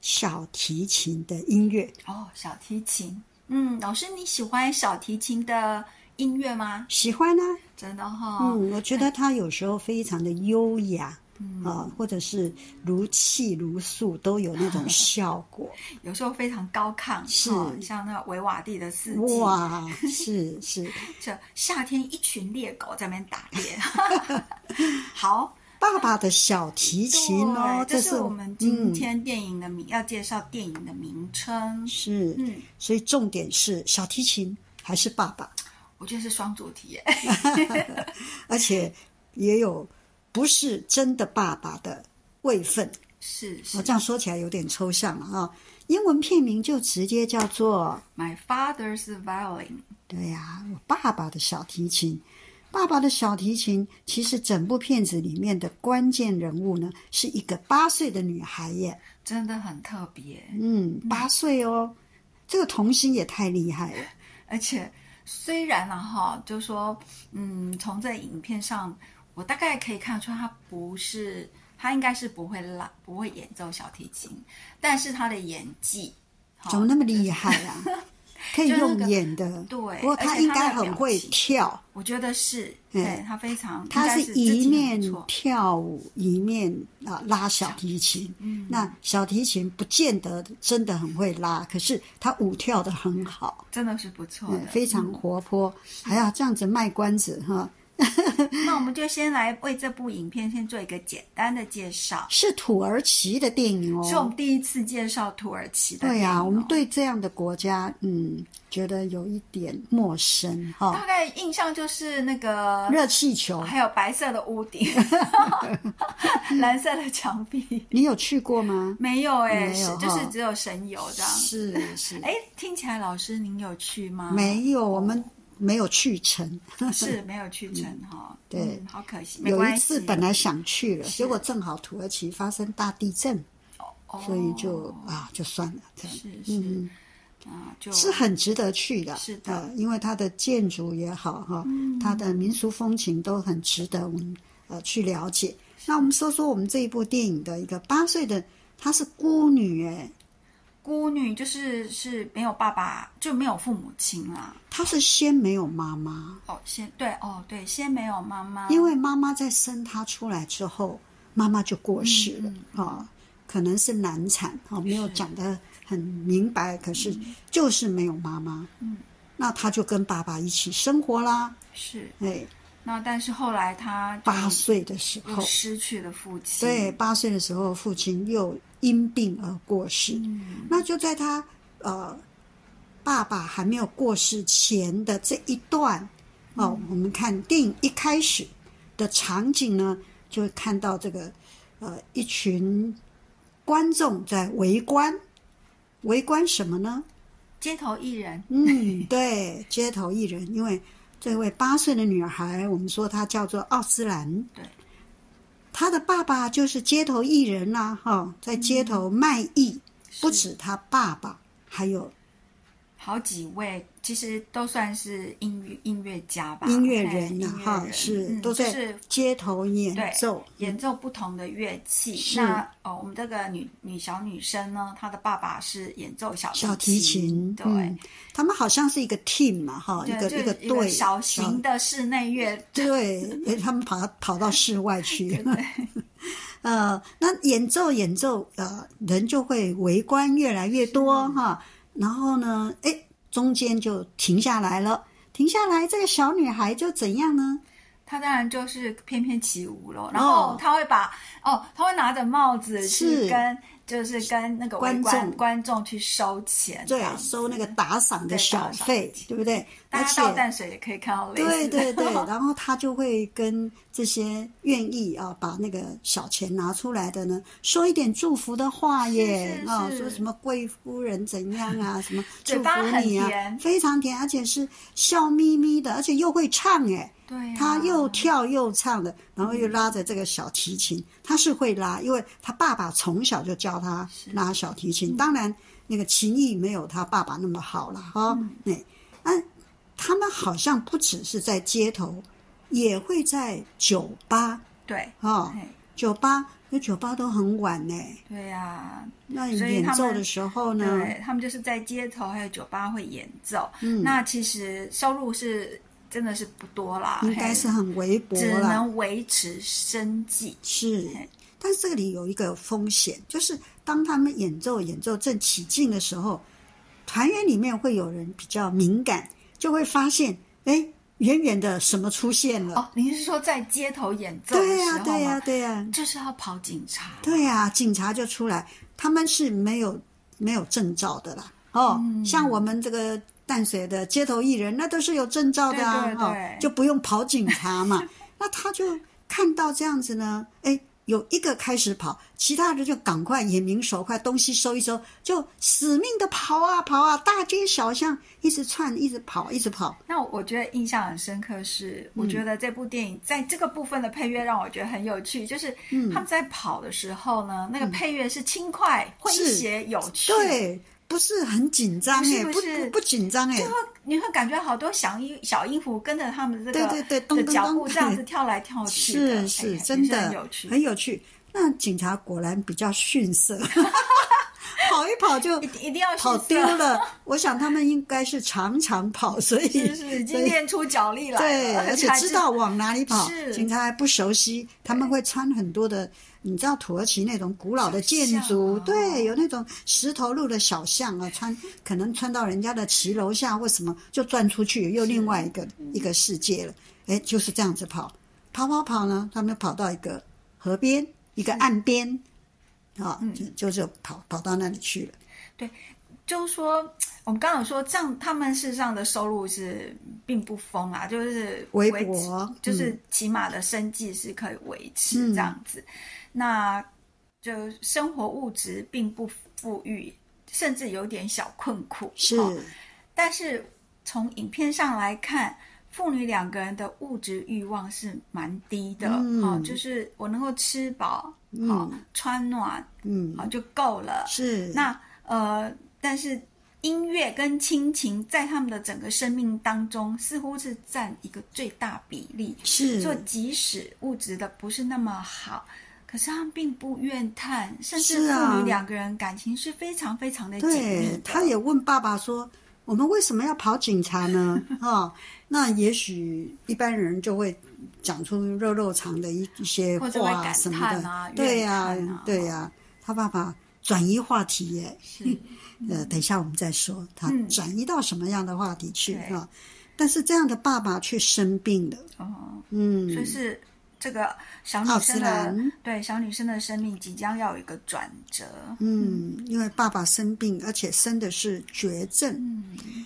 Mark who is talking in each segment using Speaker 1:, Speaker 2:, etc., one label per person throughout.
Speaker 1: 小提琴的音乐。
Speaker 2: 哦，小提琴。嗯，老师，你喜欢小提琴的音乐吗？
Speaker 1: 喜欢啊，
Speaker 2: 真的哈、
Speaker 1: 嗯，我觉得它有时候非常的优雅
Speaker 2: 嗯
Speaker 1: 啊、或者是如泣如诉，都有那种效果。
Speaker 2: 有时候非常高亢，
Speaker 1: 是
Speaker 2: 哦像那维瓦蒂的四季，
Speaker 1: 哇，是是，
Speaker 2: 这夏天一群猎狗在那边打 猎。好，
Speaker 1: 爸爸的小提琴哦，
Speaker 2: 对这
Speaker 1: 是
Speaker 2: 是嗯我们今、天电影的名、要介绍电影的名称
Speaker 1: 嗯、。是，
Speaker 2: 嗯，
Speaker 1: 所以重点是小提琴还是爸爸，
Speaker 2: 我觉得是双主题耶。
Speaker 1: 而且也有不是真的爸爸的位分。
Speaker 2: 是是
Speaker 1: 我这样说起来有点抽象了啊。英文片名就直接叫做
Speaker 2: ，My father's violin。
Speaker 1: “对呀、我爸爸的小提琴”。爸爸的小提琴，其实整部片子里面的关键人物呢，是一个八岁的女孩耶。
Speaker 2: 真的很特别，
Speaker 1: 嗯，八岁哦，这个童星也太厉害了。
Speaker 2: 而且虽然呢，哈，就说，嗯，从这影片上，我大概可以看出他不是，他应该是不会拉，不会演奏小提琴，但是他的演技，哈
Speaker 1: 怎么那么厉害 啊？可以
Speaker 2: 就那个
Speaker 1: 用演的，
Speaker 2: 对
Speaker 1: 不过
Speaker 2: 而
Speaker 1: 他
Speaker 2: 且
Speaker 1: 应
Speaker 2: 他
Speaker 1: 该
Speaker 2: 的
Speaker 1: 很
Speaker 2: 表
Speaker 1: 会
Speaker 2: 情
Speaker 1: 跳，
Speaker 2: 我觉得是，
Speaker 1: 嗯
Speaker 2: 对他非常，
Speaker 1: 他
Speaker 2: 应该
Speaker 1: 是
Speaker 2: 是自
Speaker 1: 一
Speaker 2: 己很
Speaker 1: 面
Speaker 2: 不错
Speaker 1: 跳舞一面啊拉小提琴。
Speaker 2: 嗯
Speaker 1: 那小提琴不见得真的很会拉，可是他舞跳的很好，
Speaker 2: 真的是不错
Speaker 1: 嗯
Speaker 2: 的，嗯
Speaker 1: 非常活泼。还要这样子卖关子哈，
Speaker 2: 那我们就先来为这部影片先做一个简单的介绍，
Speaker 1: 是土耳其的电影
Speaker 2: 是我们
Speaker 1: 哦。
Speaker 2: 第一次介绍土耳其的
Speaker 1: 对呀、
Speaker 2: 电影哦
Speaker 1: 我们对这样的国家，嗯，觉得有一点陌生
Speaker 2: 大
Speaker 1: 哈。
Speaker 2: 概印象就是那个
Speaker 1: 热气球，
Speaker 2: 还有白色的屋顶， 蓝色的墙壁，
Speaker 1: 你有去过吗？
Speaker 2: 没有哎、
Speaker 1: 没
Speaker 2: 是
Speaker 1: 有哈
Speaker 2: 就是只有神游这样。
Speaker 1: 是是，
Speaker 2: 哎，听起来老师您有去吗？，
Speaker 1: 没有，我们没有去成。
Speaker 2: 是没有去成哈。
Speaker 1: 对
Speaker 2: 嗯好可惜，没
Speaker 1: 有
Speaker 2: 关
Speaker 1: 一
Speaker 2: 系。
Speaker 1: 次本来想去了，
Speaker 2: 是
Speaker 1: 结果正好土耳其发生大地震，
Speaker 2: 哦
Speaker 1: 所以就啊就算了，这样
Speaker 2: 是是啊，就是
Speaker 1: 很值得去的。
Speaker 2: 是的嗯
Speaker 1: 呃因为它的建筑也好哈，它的民俗风情都很值得我们呃去了解。那我们说说我们这一部电影的一个八岁的，她是孤女哎，
Speaker 2: 孤女，就是是没有爸爸，就没有父母亲啦。
Speaker 1: 她是先没有妈妈，
Speaker 2: 哦，先对哦对，先没有妈妈，
Speaker 1: 因为妈妈在生她出来之后，妈妈就过世了啊、可能是难产啊、没有讲得很明白，可是就是没有妈妈，
Speaker 2: 嗯，
Speaker 1: 那她就跟爸爸一起生活啦，
Speaker 2: 是
Speaker 1: 哎，
Speaker 2: 那，但是后来他
Speaker 1: 八岁的时
Speaker 2: 又
Speaker 1: 候，
Speaker 2: 失去了父亲，
Speaker 1: 对，八岁的时候父亲又因病而过世，
Speaker 2: 嗯，
Speaker 1: 那就在他呃爸爸还没有过世前的这一段哦，我们看电影一开始的场景呢，就会看到这个呃一群观众在围观，围观什么呢？
Speaker 2: 街头艺人，
Speaker 1: 嗯，对，街头艺人，因为这位八岁的女孩，我们说她叫做奥斯兰，
Speaker 2: 对，
Speaker 1: 她的爸爸就是街头艺人啦、哈、在街
Speaker 2: 嗯
Speaker 1: 头卖艺，不止她爸爸，还有
Speaker 2: 好几位，其实都算是音乐音乐家吧，
Speaker 1: 音乐人呐、
Speaker 2: 呐、
Speaker 1: 哈、
Speaker 2: 音乐人
Speaker 1: 是、
Speaker 2: 嗯
Speaker 1: 都
Speaker 2: 就
Speaker 1: 在
Speaker 2: 是
Speaker 1: 街头演奏，
Speaker 2: 演奏不同的乐器。
Speaker 1: 是
Speaker 2: 那哦，我们这个女女小女生呢，她的爸爸是演奏小
Speaker 1: 小
Speaker 2: 提
Speaker 1: 提琴，
Speaker 2: 对，
Speaker 1: 嗯，他们好像是一个 team 嘛，哈，一
Speaker 2: 对
Speaker 1: 个
Speaker 2: 就是
Speaker 1: 个
Speaker 2: 一个
Speaker 1: 队，
Speaker 2: 小型的室内乐，
Speaker 1: 对，因为他们跑跑到室外 去。 呃，那演奏演奏，呃，人就会围观越来越多哈。然后呢，哎，中间就停下来了。停下来，这个小女孩就怎样呢？
Speaker 2: 他当然就是翩翩起舞喽。然
Speaker 1: 哦
Speaker 2: 后他会把哦，他会拿着帽子
Speaker 1: 是
Speaker 2: 去跟就是跟那个围
Speaker 1: 观
Speaker 2: 观
Speaker 1: 众
Speaker 2: 观众去收钱，这
Speaker 1: 对啊
Speaker 2: 样，子
Speaker 1: 收那个打赏的
Speaker 2: 对
Speaker 1: 小
Speaker 2: 打赏
Speaker 1: 费，对不对？
Speaker 2: 大
Speaker 1: 而
Speaker 2: 家
Speaker 1: 且
Speaker 2: 到淡水也可以看到类
Speaker 1: 对
Speaker 2: 似的
Speaker 1: 对 对，然后他就会跟这些愿意啊把那个小钱拿出来的呢，说一点祝福的话耶
Speaker 2: 是是
Speaker 1: 啊，
Speaker 2: 是
Speaker 1: 说什么贵夫人怎样啊，什么
Speaker 2: 嘴
Speaker 1: 祝
Speaker 2: 巴
Speaker 1: 福
Speaker 2: 很
Speaker 1: 你啊，
Speaker 2: 甜
Speaker 1: 非常甜，而且是笑眯眯的，而且又会唱哎，
Speaker 2: 对啊，
Speaker 1: 他又跳又唱的，然后又拉着这个小提琴，他是会拉，因为他爸爸从小就教他拉小提
Speaker 2: 嗯
Speaker 1: 琴。当然，那个琴艺没有他爸爸那么好了哈。那、嗯、他们好像不只是在街头，也会在酒吧
Speaker 2: 对
Speaker 1: 啊、哦
Speaker 2: 嘿
Speaker 1: 酒吧那酒吧都很晚呢。
Speaker 2: 哎对呀、啊，
Speaker 1: 那
Speaker 2: 所以
Speaker 1: 演
Speaker 2: 他
Speaker 1: 奏
Speaker 2: 们
Speaker 1: 的时候呢，
Speaker 2: 对哎他们就是在街头还有酒吧会演奏，
Speaker 1: 嗯
Speaker 2: 那其实收入是真的是不多啦，
Speaker 1: 应该
Speaker 2: 嘿
Speaker 1: 是很微薄
Speaker 2: 只
Speaker 1: 啦。
Speaker 2: 能维持生计。
Speaker 1: 是
Speaker 2: 嘿，
Speaker 1: 但是这里有一个风险，就是当他们演奏演奏正起劲的时候，团员里面会有人比较敏感，就会发现，哎，远远的什么出现了。
Speaker 2: 哦，您是说在街头演奏的
Speaker 1: 对
Speaker 2: 时
Speaker 1: 呀、
Speaker 2: 候
Speaker 1: 对呀、
Speaker 2: 吗
Speaker 1: 对呀、
Speaker 2: 就是要跑警察。
Speaker 1: 对呀、警察就出来，他们是没有没有证照的啦。哦，
Speaker 2: 嗯
Speaker 1: 像我们这个淡水的街头艺人，那都是有证照的啊，
Speaker 2: 对对
Speaker 1: 哦
Speaker 2: 对，
Speaker 1: 就不用跑警察 嘛。那他就看到这样子呢，哎，有一个开始跑，其他人就赶快眼明手快，东西收一收，就死命的跑啊跑啊，大街小巷一直窜，一直跑，一直跑。
Speaker 2: 那我觉得印象很深刻
Speaker 1: 嗯
Speaker 2: 是，我觉得这部电影在这个部分的配乐让我觉得很有趣，就是
Speaker 1: 嗯
Speaker 2: 他们在跑的时候呢，那个配乐是轻快、诙谐、有趣，，
Speaker 1: 对，不是很紧张
Speaker 2: 不
Speaker 1: 哎、
Speaker 2: 是不
Speaker 1: 不
Speaker 2: 是
Speaker 1: 不紧张哎、
Speaker 2: 就会你会感觉好多小音小音符跟着他们这
Speaker 1: 对
Speaker 2: 个
Speaker 1: 对对咚
Speaker 2: 的
Speaker 1: 咚
Speaker 2: 脚
Speaker 1: 咚
Speaker 2: 步这样子跳来跳去的，
Speaker 1: 是
Speaker 2: 哎
Speaker 1: 是，
Speaker 2: 也
Speaker 1: 真的
Speaker 2: 很有趣，
Speaker 1: 很有趣。那警察果然比较逊色， 跑一跑就
Speaker 2: 一定一定要
Speaker 1: 跑
Speaker 2: 逊色
Speaker 1: 丢了。我想他们应该是常常跑，所以
Speaker 2: 是 是已
Speaker 1: 所
Speaker 2: 经
Speaker 1: 以
Speaker 2: 练出脚力来了，
Speaker 1: 对，而且
Speaker 2: 还
Speaker 1: 知道往哪里跑。
Speaker 2: 是
Speaker 1: 警察还不熟悉，他们会穿很多的，你知道土耳其那种古老的建筑，
Speaker 2: 小巷啊
Speaker 1: 对，有那种石头路的小巷啊，穿可能穿到人家的骑楼下或什么，就钻出去，又另外一个一个世界了。哎，就是这样子跑，跑跑跑呢，他们跑到一个河边，一个岸边，啊，
Speaker 2: 嗯
Speaker 1: 就就是跑跑到那里去了。
Speaker 2: 就是说，我们刚刚有说，这样他们事实上的收入是并不丰啊，就是
Speaker 1: 微嗯
Speaker 2: 维持
Speaker 1: 薄
Speaker 2: 就是起码的生计是可以维持
Speaker 1: 嗯
Speaker 2: 这样子。那就生活物质并不富裕，甚至有点小困苦。
Speaker 1: 是，
Speaker 2: 哦但是从影片上来看，父女两个人的物质欲望是蛮低的，
Speaker 1: 嗯
Speaker 2: 哦，就是我能够吃饱，哦，穿暖，
Speaker 1: 嗯，
Speaker 2: 哦就够了，
Speaker 1: 是
Speaker 2: 那呃，但是音乐跟亲情在他们的整个生命当中，似乎是占一个最大比例。
Speaker 1: 是
Speaker 2: 所以即使物质的不是那么好，可是他们并不怨叹，甚
Speaker 1: 是
Speaker 2: 至
Speaker 1: 啊
Speaker 2: 父女两个人感情是非常非常的紧密
Speaker 1: 对
Speaker 2: 的，
Speaker 1: 他也问爸爸说：“我们为什么要跑警察呢？” 哦，那也许一般人就会讲出肉肉肠的一一些
Speaker 2: 或者会
Speaker 1: 话
Speaker 2: 感
Speaker 1: 什么
Speaker 2: 叹
Speaker 1: 的。
Speaker 2: 啊
Speaker 1: 对
Speaker 2: 怨
Speaker 1: 呀、
Speaker 2: 叹啊
Speaker 1: 对呀、他爸爸转移话题耶。
Speaker 2: 是
Speaker 1: 呃，等一下我们再说，他
Speaker 2: 嗯
Speaker 1: 转移到什么样的话题去啊、
Speaker 2: 对
Speaker 1: 但是这样的爸爸却生病了，
Speaker 2: 哦，
Speaker 1: 嗯，
Speaker 2: 所以是这个小
Speaker 1: 奥
Speaker 2: 女
Speaker 1: 斯
Speaker 2: 生的
Speaker 1: 兰
Speaker 2: 对小女生的生命即将要有一个转折。
Speaker 1: 嗯，因为爸爸生病，而且生的是绝症。
Speaker 2: 嗯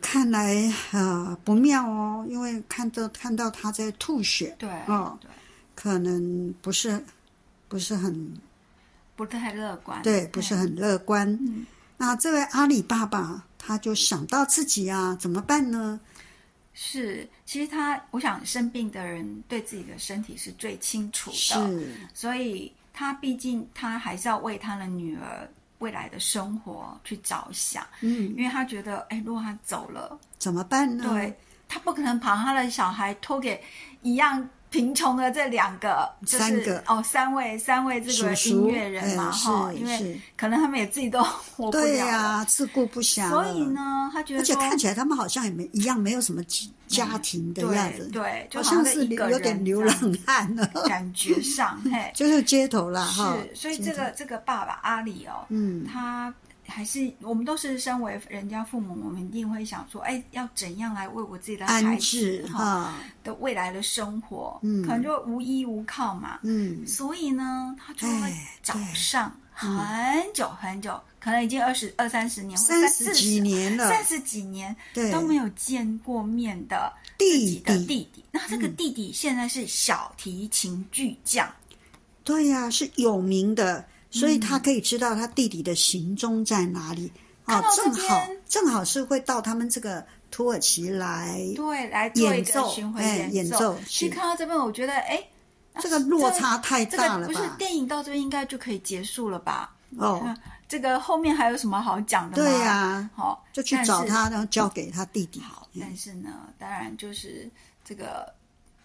Speaker 1: 看来呃不妙哦，因为看到看到他在吐血，
Speaker 2: 对，
Speaker 1: 哦
Speaker 2: 对，
Speaker 1: 可能不是不是很
Speaker 2: 不太乐观。嗯
Speaker 1: 对，不是很乐观。那这位阿里爸爸他就想到自己啊，怎么办呢？
Speaker 2: 是，其实他，我想生病的人对自己的身体是最清楚的，
Speaker 1: 是
Speaker 2: 所以他毕竟他还是要为他的女儿未来的生活去着想，
Speaker 1: 嗯，
Speaker 2: 因为他觉得，哎，如果他走了，
Speaker 1: 怎么办呢？
Speaker 2: 对他不可能把他的小孩托给一样贫穷的这两个，就是
Speaker 1: 三个
Speaker 2: 哦，三位三位这个
Speaker 1: 叔叔
Speaker 2: 音乐人嘛，
Speaker 1: 哎
Speaker 2: 哈、
Speaker 1: 是
Speaker 2: 因为
Speaker 1: 是
Speaker 2: 可能他们也自己都活不了
Speaker 1: 对呀、
Speaker 2: 了
Speaker 1: 自顾不暇。
Speaker 2: 所以，呢，他觉得
Speaker 1: 而且
Speaker 2: 说
Speaker 1: 看起来他们好像也没一样，没有什么家家庭的样子，
Speaker 2: 对，对，就
Speaker 1: 好
Speaker 2: 像
Speaker 1: 像
Speaker 2: 在
Speaker 1: 是
Speaker 2: 一
Speaker 1: 流
Speaker 2: 个
Speaker 1: 有点
Speaker 2: 人
Speaker 1: 流
Speaker 2: 这样
Speaker 1: 浪汉 了，
Speaker 2: 感 觉上，嘿，
Speaker 1: 啊就是街头啦哈。
Speaker 2: 是，所以
Speaker 1: 真
Speaker 2: 这
Speaker 1: 的
Speaker 2: 个这个爸爸阿里哦，
Speaker 1: 嗯
Speaker 2: 他还是我们都是身为人家父母，我们一定会想说，哎，要怎样来为我自己的孩
Speaker 1: 安
Speaker 2: 子
Speaker 1: 置
Speaker 2: 哈
Speaker 1: 哈，
Speaker 2: 的未来的生活，
Speaker 1: 嗯
Speaker 2: 可能就无依无靠嘛。
Speaker 1: 嗯，
Speaker 2: 所以呢，他就会
Speaker 1: 哎
Speaker 2: 找
Speaker 1: 对
Speaker 2: 上
Speaker 1: 嗯
Speaker 2: 很久很久，可能已经二十二三十年，或
Speaker 1: 三
Speaker 2: 四
Speaker 1: 十几年了，
Speaker 2: 三十几年
Speaker 1: 对
Speaker 2: 都没有见过面的自
Speaker 1: 弟
Speaker 2: 己的
Speaker 1: 弟，嗯
Speaker 2: 弟弟。那这个弟弟现在是小提琴巨匠，
Speaker 1: 对呀、是有名的，所以
Speaker 2: 嗯
Speaker 1: 他可以知道他弟弟的行踪在哪里。
Speaker 2: 看
Speaker 1: 哦
Speaker 2: 到，这
Speaker 1: 正好
Speaker 2: 边
Speaker 1: 正好是会到他们这个土耳其来，
Speaker 2: 对，来做一
Speaker 1: 演
Speaker 2: 个
Speaker 1: 奏
Speaker 2: 巡回
Speaker 1: 哎演
Speaker 2: 奏
Speaker 1: 奏。是
Speaker 2: 其实看到这边，我觉得哎，
Speaker 1: 这个落差太
Speaker 2: 这
Speaker 1: 大
Speaker 2: 个
Speaker 1: 了
Speaker 2: 不是
Speaker 1: 吧？
Speaker 2: 电影啊到这边应该就可以结束了吧？
Speaker 1: 哦，
Speaker 2: 这个后面还有什么好讲的吗？
Speaker 1: 对呀、
Speaker 2: 好、
Speaker 1: 就去
Speaker 2: 但
Speaker 1: 找
Speaker 2: 是
Speaker 1: 他，然后交给他弟弟。
Speaker 2: 好，
Speaker 1: 嗯
Speaker 2: 但是呢，当然就是这个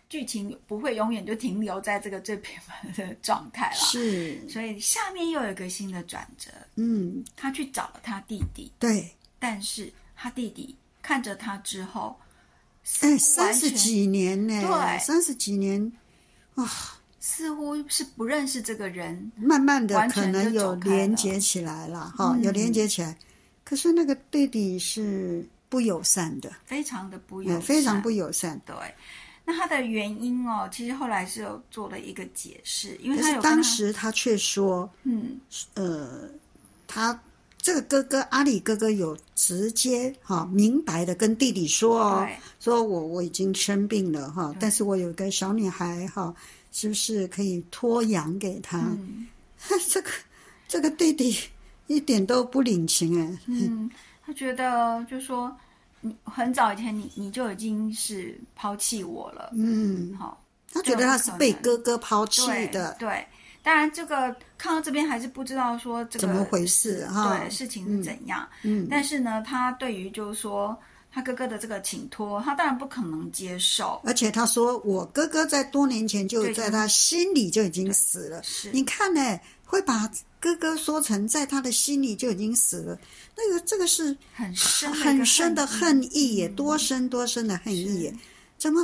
Speaker 2: 剧情不会永远就停留在这个最平凡的状态啦。
Speaker 1: 是，
Speaker 2: 所以下面又有一个新的转折，
Speaker 1: 嗯，
Speaker 2: 他去找了他弟弟，
Speaker 1: 对，
Speaker 2: 但是他弟弟看着他之后，
Speaker 1: 哎，
Speaker 2: 完
Speaker 1: 三十
Speaker 2: 全
Speaker 1: 几年呢、
Speaker 2: 对
Speaker 1: 三十几年，
Speaker 2: 似乎是不认识这个人，
Speaker 1: 慢慢的
Speaker 2: 完
Speaker 1: 可
Speaker 2: 全就
Speaker 1: 能有
Speaker 2: 走开
Speaker 1: 连
Speaker 2: 了
Speaker 1: 接起来了，哈、
Speaker 2: 嗯
Speaker 1: 有连接起来。可是那个弟弟是不友善的，
Speaker 2: 非常的不友
Speaker 1: 也
Speaker 2: 善，
Speaker 1: 嗯非常不友善。
Speaker 2: 对。那他的原因哦，其实后来是有做了一个解释，因为
Speaker 1: 可
Speaker 2: 他有
Speaker 1: 是
Speaker 2: 跟他
Speaker 1: 当时他却说，
Speaker 2: 嗯
Speaker 1: 呃，他这个哥哥阿里哥哥有直接哈、明白的跟弟弟说哦
Speaker 2: 对，
Speaker 1: 说我我已经生病了哈、但是我有一个小女孩哈、是不是可以托养给他？
Speaker 2: 嗯。
Speaker 1: 这个这个弟弟一点都不领情哎，
Speaker 2: 嗯，他觉得就说你很早以前你你就已经是抛弃我了，
Speaker 1: 嗯，
Speaker 2: 好，
Speaker 1: 他觉得他是被哥哥抛弃
Speaker 2: 对
Speaker 1: 的，
Speaker 2: 对。当然，这个看到这边还是不知道说这个
Speaker 1: 怎么回事哈
Speaker 2: 对，事情是怎样。
Speaker 1: 嗯
Speaker 2: 但是呢，他对于就是说他哥哥的这个请托，他当然不可能接受。
Speaker 1: 而且他说我哥哥在多年前就
Speaker 2: 对
Speaker 1: 在他心里就已经死了，
Speaker 2: 是，
Speaker 1: 呃你看呢、会把哥哥说成在他的心里就已经死了，那个这个是
Speaker 2: 很深的一个
Speaker 1: 很深的
Speaker 2: 恨
Speaker 1: 恨
Speaker 2: 意，嗯
Speaker 1: 意耶，多深多深的恨意耶
Speaker 2: 是，
Speaker 1: 怎么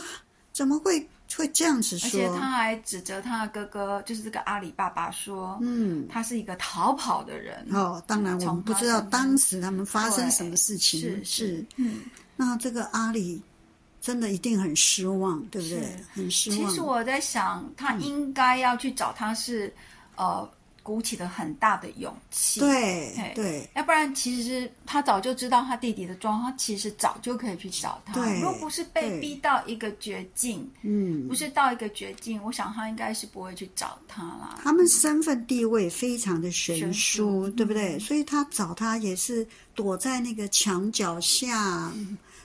Speaker 1: 怎么会会这样子
Speaker 2: 而且
Speaker 1: 说
Speaker 2: 他？还指责他的哥哥，就是这个阿里爸爸说，
Speaker 1: 嗯，
Speaker 2: 他是一个逃跑的人。
Speaker 1: 哦，当然我们不知道
Speaker 2: 从他身上
Speaker 1: 当时他们发生什么事情，
Speaker 2: 是是，嗯。
Speaker 1: 那这个阿里真的一定很失望，对不对
Speaker 2: 是？
Speaker 1: 很失
Speaker 2: 其
Speaker 1: 望。
Speaker 2: 实我在想，他
Speaker 1: 嗯
Speaker 2: 应该要去找他是，呃，鼓起了很大的勇气。，
Speaker 1: 对
Speaker 2: 嘿
Speaker 1: 对
Speaker 2: 要不然其实他早就知道他弟弟的状况，他其实早就可以去找他。
Speaker 1: 对
Speaker 2: 如果不是被
Speaker 1: 对
Speaker 2: 逼到一个绝境，
Speaker 1: 嗯
Speaker 2: 不，是到一个绝境，我想他应该是不会去找他啦。
Speaker 1: 他们身份地位非常的
Speaker 2: 悬
Speaker 1: 悬
Speaker 2: 殊
Speaker 1: 殊，
Speaker 2: 嗯
Speaker 1: 对不对？所以他找他也是躲在那个墙角下，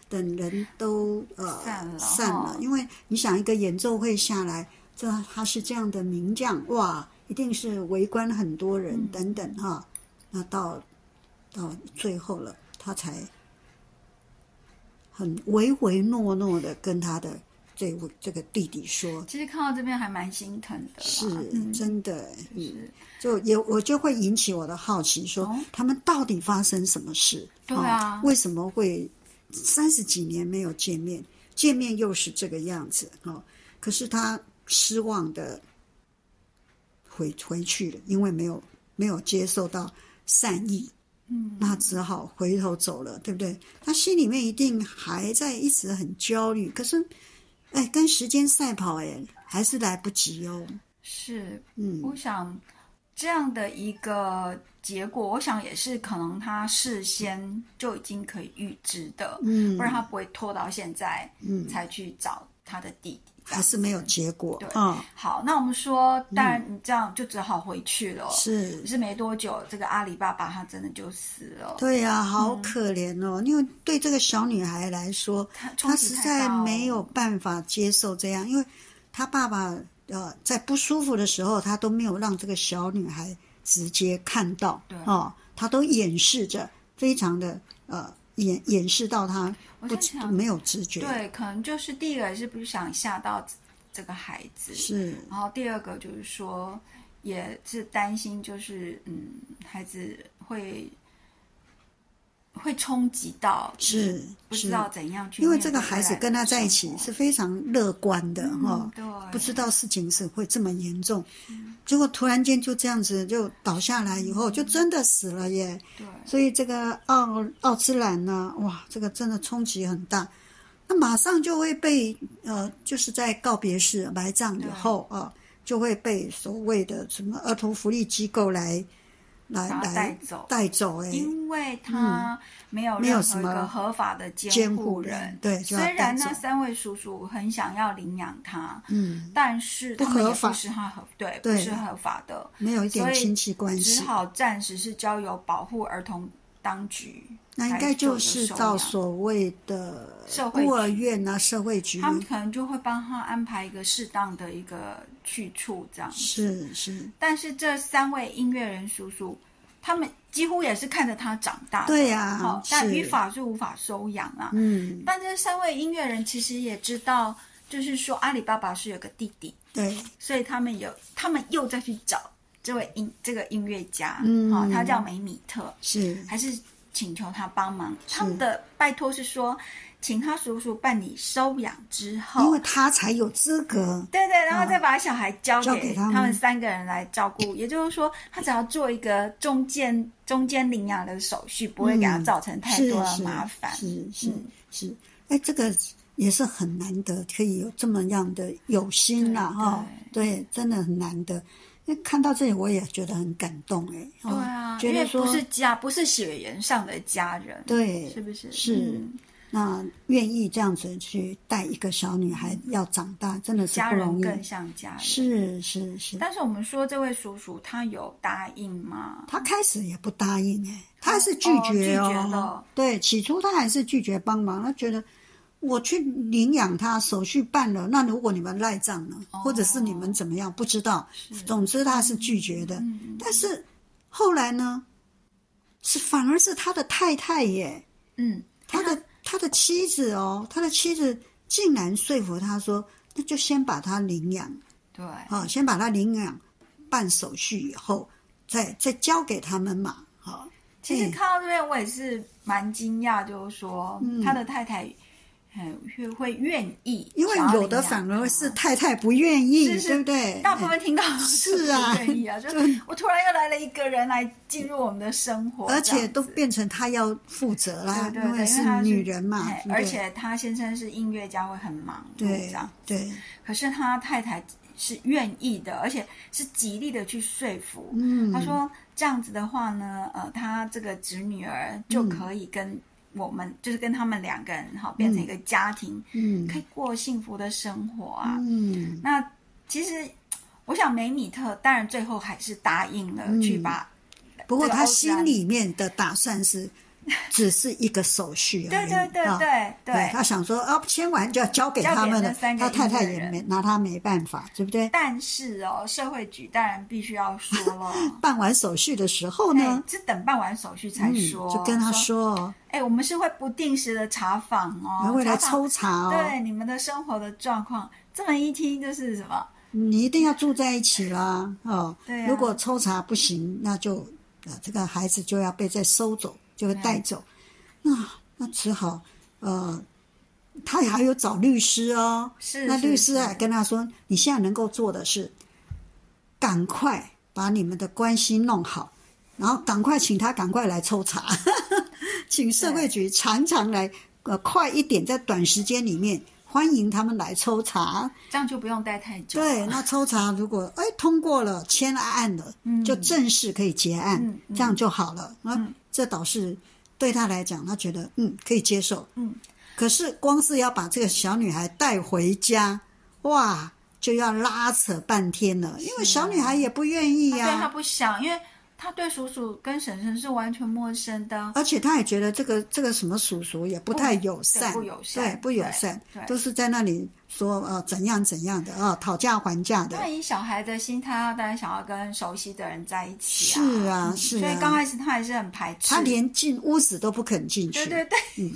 Speaker 1: 等人都呃
Speaker 2: 散了
Speaker 1: 散
Speaker 2: 哈
Speaker 1: 了，因为你想一个演奏会下来，这他是这样的名将，哇，一定是围观很多人、
Speaker 2: 嗯
Speaker 1: 等等哈。那到到最后了，他才很唯唯诺诺的跟他的这位这个弟弟说，
Speaker 2: 其实看到这边还蛮心疼的啦。
Speaker 1: 是、
Speaker 2: 嗯、
Speaker 1: 真的，嗯。
Speaker 2: 是
Speaker 1: 就也我就会引起我的好奇说，
Speaker 2: 哦
Speaker 1: 他们到底发生什么事？
Speaker 2: 对啊
Speaker 1: 哦为什么会三十几年没有见面，见面又是这个样子？哦，可是他失望的回回去了，因为没有没有接受到善意，
Speaker 2: 嗯，
Speaker 1: 那只好回头走了，对不对？他心里面一定还在一直很焦虑，可是，哎，跟时间赛跑，哎，还是来不及哦。
Speaker 2: 是
Speaker 1: 嗯，
Speaker 2: 我想这样的一个结果，我想也是可能他事先就已经可以预知的，
Speaker 1: 嗯
Speaker 2: 不然他不会拖到现在
Speaker 1: 嗯
Speaker 2: 才去找他的弟弟。
Speaker 1: 还是没有结果
Speaker 2: 对
Speaker 1: 啊、
Speaker 2: 好，那我们说，当然你这样就只好回去了。
Speaker 1: 嗯是
Speaker 2: 可，是没多久，这个阿里爸爸他真的就死了。
Speaker 1: 对呀、好
Speaker 2: 嗯
Speaker 1: 可怜哦。因为对这个小女孩来说，
Speaker 2: 他冲
Speaker 1: 她
Speaker 2: 击
Speaker 1: 实
Speaker 2: 太
Speaker 1: 在
Speaker 2: 大哦
Speaker 1: 没有办法接受这样，因为她爸爸呃在不舒服的时候，他都没有让这个小女孩直接看到
Speaker 2: 对，
Speaker 1: 哦，他都掩饰着，非常的呃掩掩饰到她
Speaker 2: 我
Speaker 1: 不
Speaker 2: 在
Speaker 1: 知
Speaker 2: 想
Speaker 1: 没有知觉，
Speaker 2: 对，可能就是第一个是不想吓到这个孩子，
Speaker 1: 是
Speaker 2: 然后第二个就是说，也是担心，就是嗯，孩子会会冲击到，
Speaker 1: 是
Speaker 2: 不知
Speaker 1: 是，
Speaker 2: 道怎样去
Speaker 1: 因
Speaker 2: 面对未来的生活。
Speaker 1: 为这个孩子跟她在一起是非常乐观的哈。哦
Speaker 2: 嗯，对，嗯
Speaker 1: 不知道事情是会这么严重，结果突然间就这样子就倒下来，以后就真的死了耶。
Speaker 2: 对，
Speaker 1: 所以这个奥奥斯兰呢，哇，这个真的冲击很大。那马上就会被呃，就是在告别式埋葬以后啊、就会被所谓的什么儿童福利机构来来
Speaker 2: 然后带
Speaker 1: 来
Speaker 2: 走
Speaker 1: 带走哎、
Speaker 2: 因为他没有
Speaker 1: 嗯没有
Speaker 2: 任
Speaker 1: 什
Speaker 2: 何一
Speaker 1: 么
Speaker 2: 个合法的
Speaker 1: 监
Speaker 2: 监
Speaker 1: 护
Speaker 2: 护
Speaker 1: 人对就
Speaker 2: 虽
Speaker 1: 要
Speaker 2: 然
Speaker 1: 带
Speaker 2: 那
Speaker 1: 走
Speaker 2: 三位叔叔很想要领养他，
Speaker 1: 嗯，
Speaker 2: 但是
Speaker 1: 不
Speaker 2: 他们
Speaker 1: 合
Speaker 2: 也
Speaker 1: 法
Speaker 2: 不是他合对
Speaker 1: 对
Speaker 2: 不是合法的，
Speaker 1: 没有一点
Speaker 2: 所以
Speaker 1: 亲戚关系
Speaker 2: 只，好暂时是交由保护儿童当局
Speaker 1: 那
Speaker 2: 来
Speaker 1: 应
Speaker 2: 做的收养。
Speaker 1: 该就是到所谓的
Speaker 2: 社会
Speaker 1: 孤儿
Speaker 2: 局
Speaker 1: 院啊、社会局，
Speaker 2: 他们可能就会帮他安排一个适当的一个去处，这样。
Speaker 1: 是是，
Speaker 2: 但是这三位音乐人叔叔，他们几乎也是看着他长大的，
Speaker 1: 对呀
Speaker 2: 好、
Speaker 1: 是
Speaker 2: 但于法是无法收养啊。
Speaker 1: 嗯，
Speaker 2: 但这三位音乐人其实也知道，就是说阿里巴巴是有个弟弟，
Speaker 1: 对，
Speaker 2: 所以他们有，他们又再去找这位音这个音乐家，
Speaker 1: 嗯
Speaker 2: 好、他叫梅米特，
Speaker 1: 是
Speaker 2: 还是请求他帮忙。他们的拜托是说，请他叔叔办理收养之后，
Speaker 1: 因为他才有资格，
Speaker 2: 对对，然后再把小孩交
Speaker 1: 交给
Speaker 2: 给
Speaker 1: 他们
Speaker 2: 三个人来照顾，也就是说，他只要做一个中间中间领养的手续，不会给他造成
Speaker 1: 嗯
Speaker 2: 太
Speaker 1: 是
Speaker 2: 多的
Speaker 1: 是
Speaker 2: 麻烦。
Speaker 1: 是是
Speaker 2: 嗯
Speaker 1: 是，哎，这个也是很难得，可以有这么样的有心啦，
Speaker 2: 对
Speaker 1: 哈，对，真的很难得。因为看到这里，我也觉得很感动，哎，哦
Speaker 2: 对啊，
Speaker 1: 觉
Speaker 2: 因为
Speaker 1: 得说
Speaker 2: 不是家，不是血缘上的家人，
Speaker 1: 对
Speaker 2: 是不是？
Speaker 1: 是
Speaker 2: 嗯
Speaker 1: 那愿意这样子去带一个小女孩要长大，真的是
Speaker 2: 嗯家
Speaker 1: 不
Speaker 2: 人
Speaker 1: 容易。
Speaker 2: 更像家人。
Speaker 1: 是是是，
Speaker 2: 但是我们说这位叔叔他有答应吗？
Speaker 1: 他开始也不答应哎、他还是拒绝
Speaker 2: 哦拒绝的
Speaker 1: 对，起初他还是拒绝帮忙，他觉得我去领养他，手续办了，那如果你们赖账呢，或者
Speaker 2: 哦
Speaker 1: 是你们怎么样，不知道。总之他是拒绝的。
Speaker 2: 嗯
Speaker 1: 但是后来呢，是反而是他的太太耶，
Speaker 2: 嗯，
Speaker 1: 他的他的妻子哦，他的妻子竟然说服他说，那就先把他领养。
Speaker 2: 对，
Speaker 1: 啊、先把它领养办手续以后，再再交给他们嘛。好、
Speaker 2: 其实
Speaker 1: 哎
Speaker 2: 看到这边，我也是蛮惊讶，就是说、他的太太，嗯，会会愿意，
Speaker 1: 因为有的反而是太太不愿意，
Speaker 2: 嗯是是
Speaker 1: 对不对？
Speaker 2: 大部
Speaker 1: 哎
Speaker 2: 分听到
Speaker 1: 是啊
Speaker 2: 不愿意啊，就我突然又来了一个人来进入我们的生活，
Speaker 1: 而且都
Speaker 2: 这样子
Speaker 1: 变成他要负责啦，
Speaker 2: 对对对，因为
Speaker 1: 啊是
Speaker 2: 她
Speaker 1: 女人嘛
Speaker 2: 嘿，
Speaker 1: 对不对
Speaker 2: 而且他先生是音乐家，会很忙碌这
Speaker 1: 对
Speaker 2: 样，
Speaker 1: 对，
Speaker 2: 可是他太太是愿意的，而且是极力的去说服。
Speaker 1: 嗯，
Speaker 2: 他说这样子的话呢，呃，他这个侄女儿就
Speaker 1: 嗯
Speaker 2: 可以跟我们，就是跟他们两个人好变成一个家庭，
Speaker 1: 嗯
Speaker 2: 可以过幸福的生活啊。
Speaker 1: 嗯
Speaker 2: 那其实我想梅米特当然最后还是答应了、
Speaker 1: 嗯
Speaker 2: 去把，
Speaker 1: 不过
Speaker 2: 这个
Speaker 1: 他
Speaker 2: 欧斯
Speaker 1: 心
Speaker 2: 兰
Speaker 1: 里面的打算是，只是一个手续而
Speaker 2: 对
Speaker 1: 已。
Speaker 2: 对对
Speaker 1: 啊
Speaker 2: 对对。
Speaker 1: 他想说啊，签完就要交给
Speaker 2: 交给
Speaker 1: 他们了
Speaker 2: 那三，个
Speaker 1: 他太太
Speaker 2: 音乐
Speaker 1: 也
Speaker 2: 人
Speaker 1: 没拿他没办法，对不对？
Speaker 2: 但是哦，社会局当然必须要说 了，
Speaker 1: 办完手续的时候
Speaker 2: 哎
Speaker 1: 呢，，
Speaker 2: 是等办完手续哎才
Speaker 1: 嗯
Speaker 2: 说，
Speaker 1: 就跟他
Speaker 2: 说
Speaker 1: 说哦，
Speaker 2: 哎、我们是会不定时的查访哦，
Speaker 1: 还会来
Speaker 2: 查
Speaker 1: 抽
Speaker 2: 访
Speaker 1: 查哦。
Speaker 2: 对你们的生活的状况，这么一听就是什么？
Speaker 1: 你一定要住在一起啦，哦，
Speaker 2: 对啊
Speaker 1: 如果抽查不行，那就呃这个孩子就要被再收走，就
Speaker 2: 哎
Speaker 1: 会带走，那那只好呃，他还有找律师哦，
Speaker 2: 是
Speaker 1: 那
Speaker 2: 是
Speaker 1: 律师
Speaker 2: 是
Speaker 1: 还跟他说，你现在能够做的是，赶快把你们的关系弄好，然后赶快请他赶快来抽查， 请社会局常常来，呃，快一点，在短时间里面欢迎他们来抽查。
Speaker 2: 这样就不用待太久。
Speaker 1: 对，，那抽查如果哎通过了，签了案了，就正式可以结案，
Speaker 2: 嗯
Speaker 1: 这样就好了。啊、这倒是对他来讲，他觉得嗯可以接受。
Speaker 2: 嗯，
Speaker 1: 可是光是要把这个小女孩带回家，哇，就要拉扯半天了，因为小女孩也不愿意
Speaker 2: 啊
Speaker 1: 啊
Speaker 2: 对
Speaker 1: 呀、
Speaker 2: 他不想，因为他对叔叔跟婶婶是完全陌生的。
Speaker 1: 而且他也觉得这个这个什么叔叔也不太友善，
Speaker 2: 不友善
Speaker 1: 对不友善
Speaker 2: 对，对
Speaker 1: 都是在那里说呃怎样怎样的啊、讨价还价的，
Speaker 2: 那以小孩的心态，他当然想要跟熟悉的人在一起啊。
Speaker 1: 是啊
Speaker 2: 嗯
Speaker 1: 是啊
Speaker 2: 所以刚开始他还是很排斥。
Speaker 1: 他连进屋子都不肯进去。
Speaker 2: 对对对，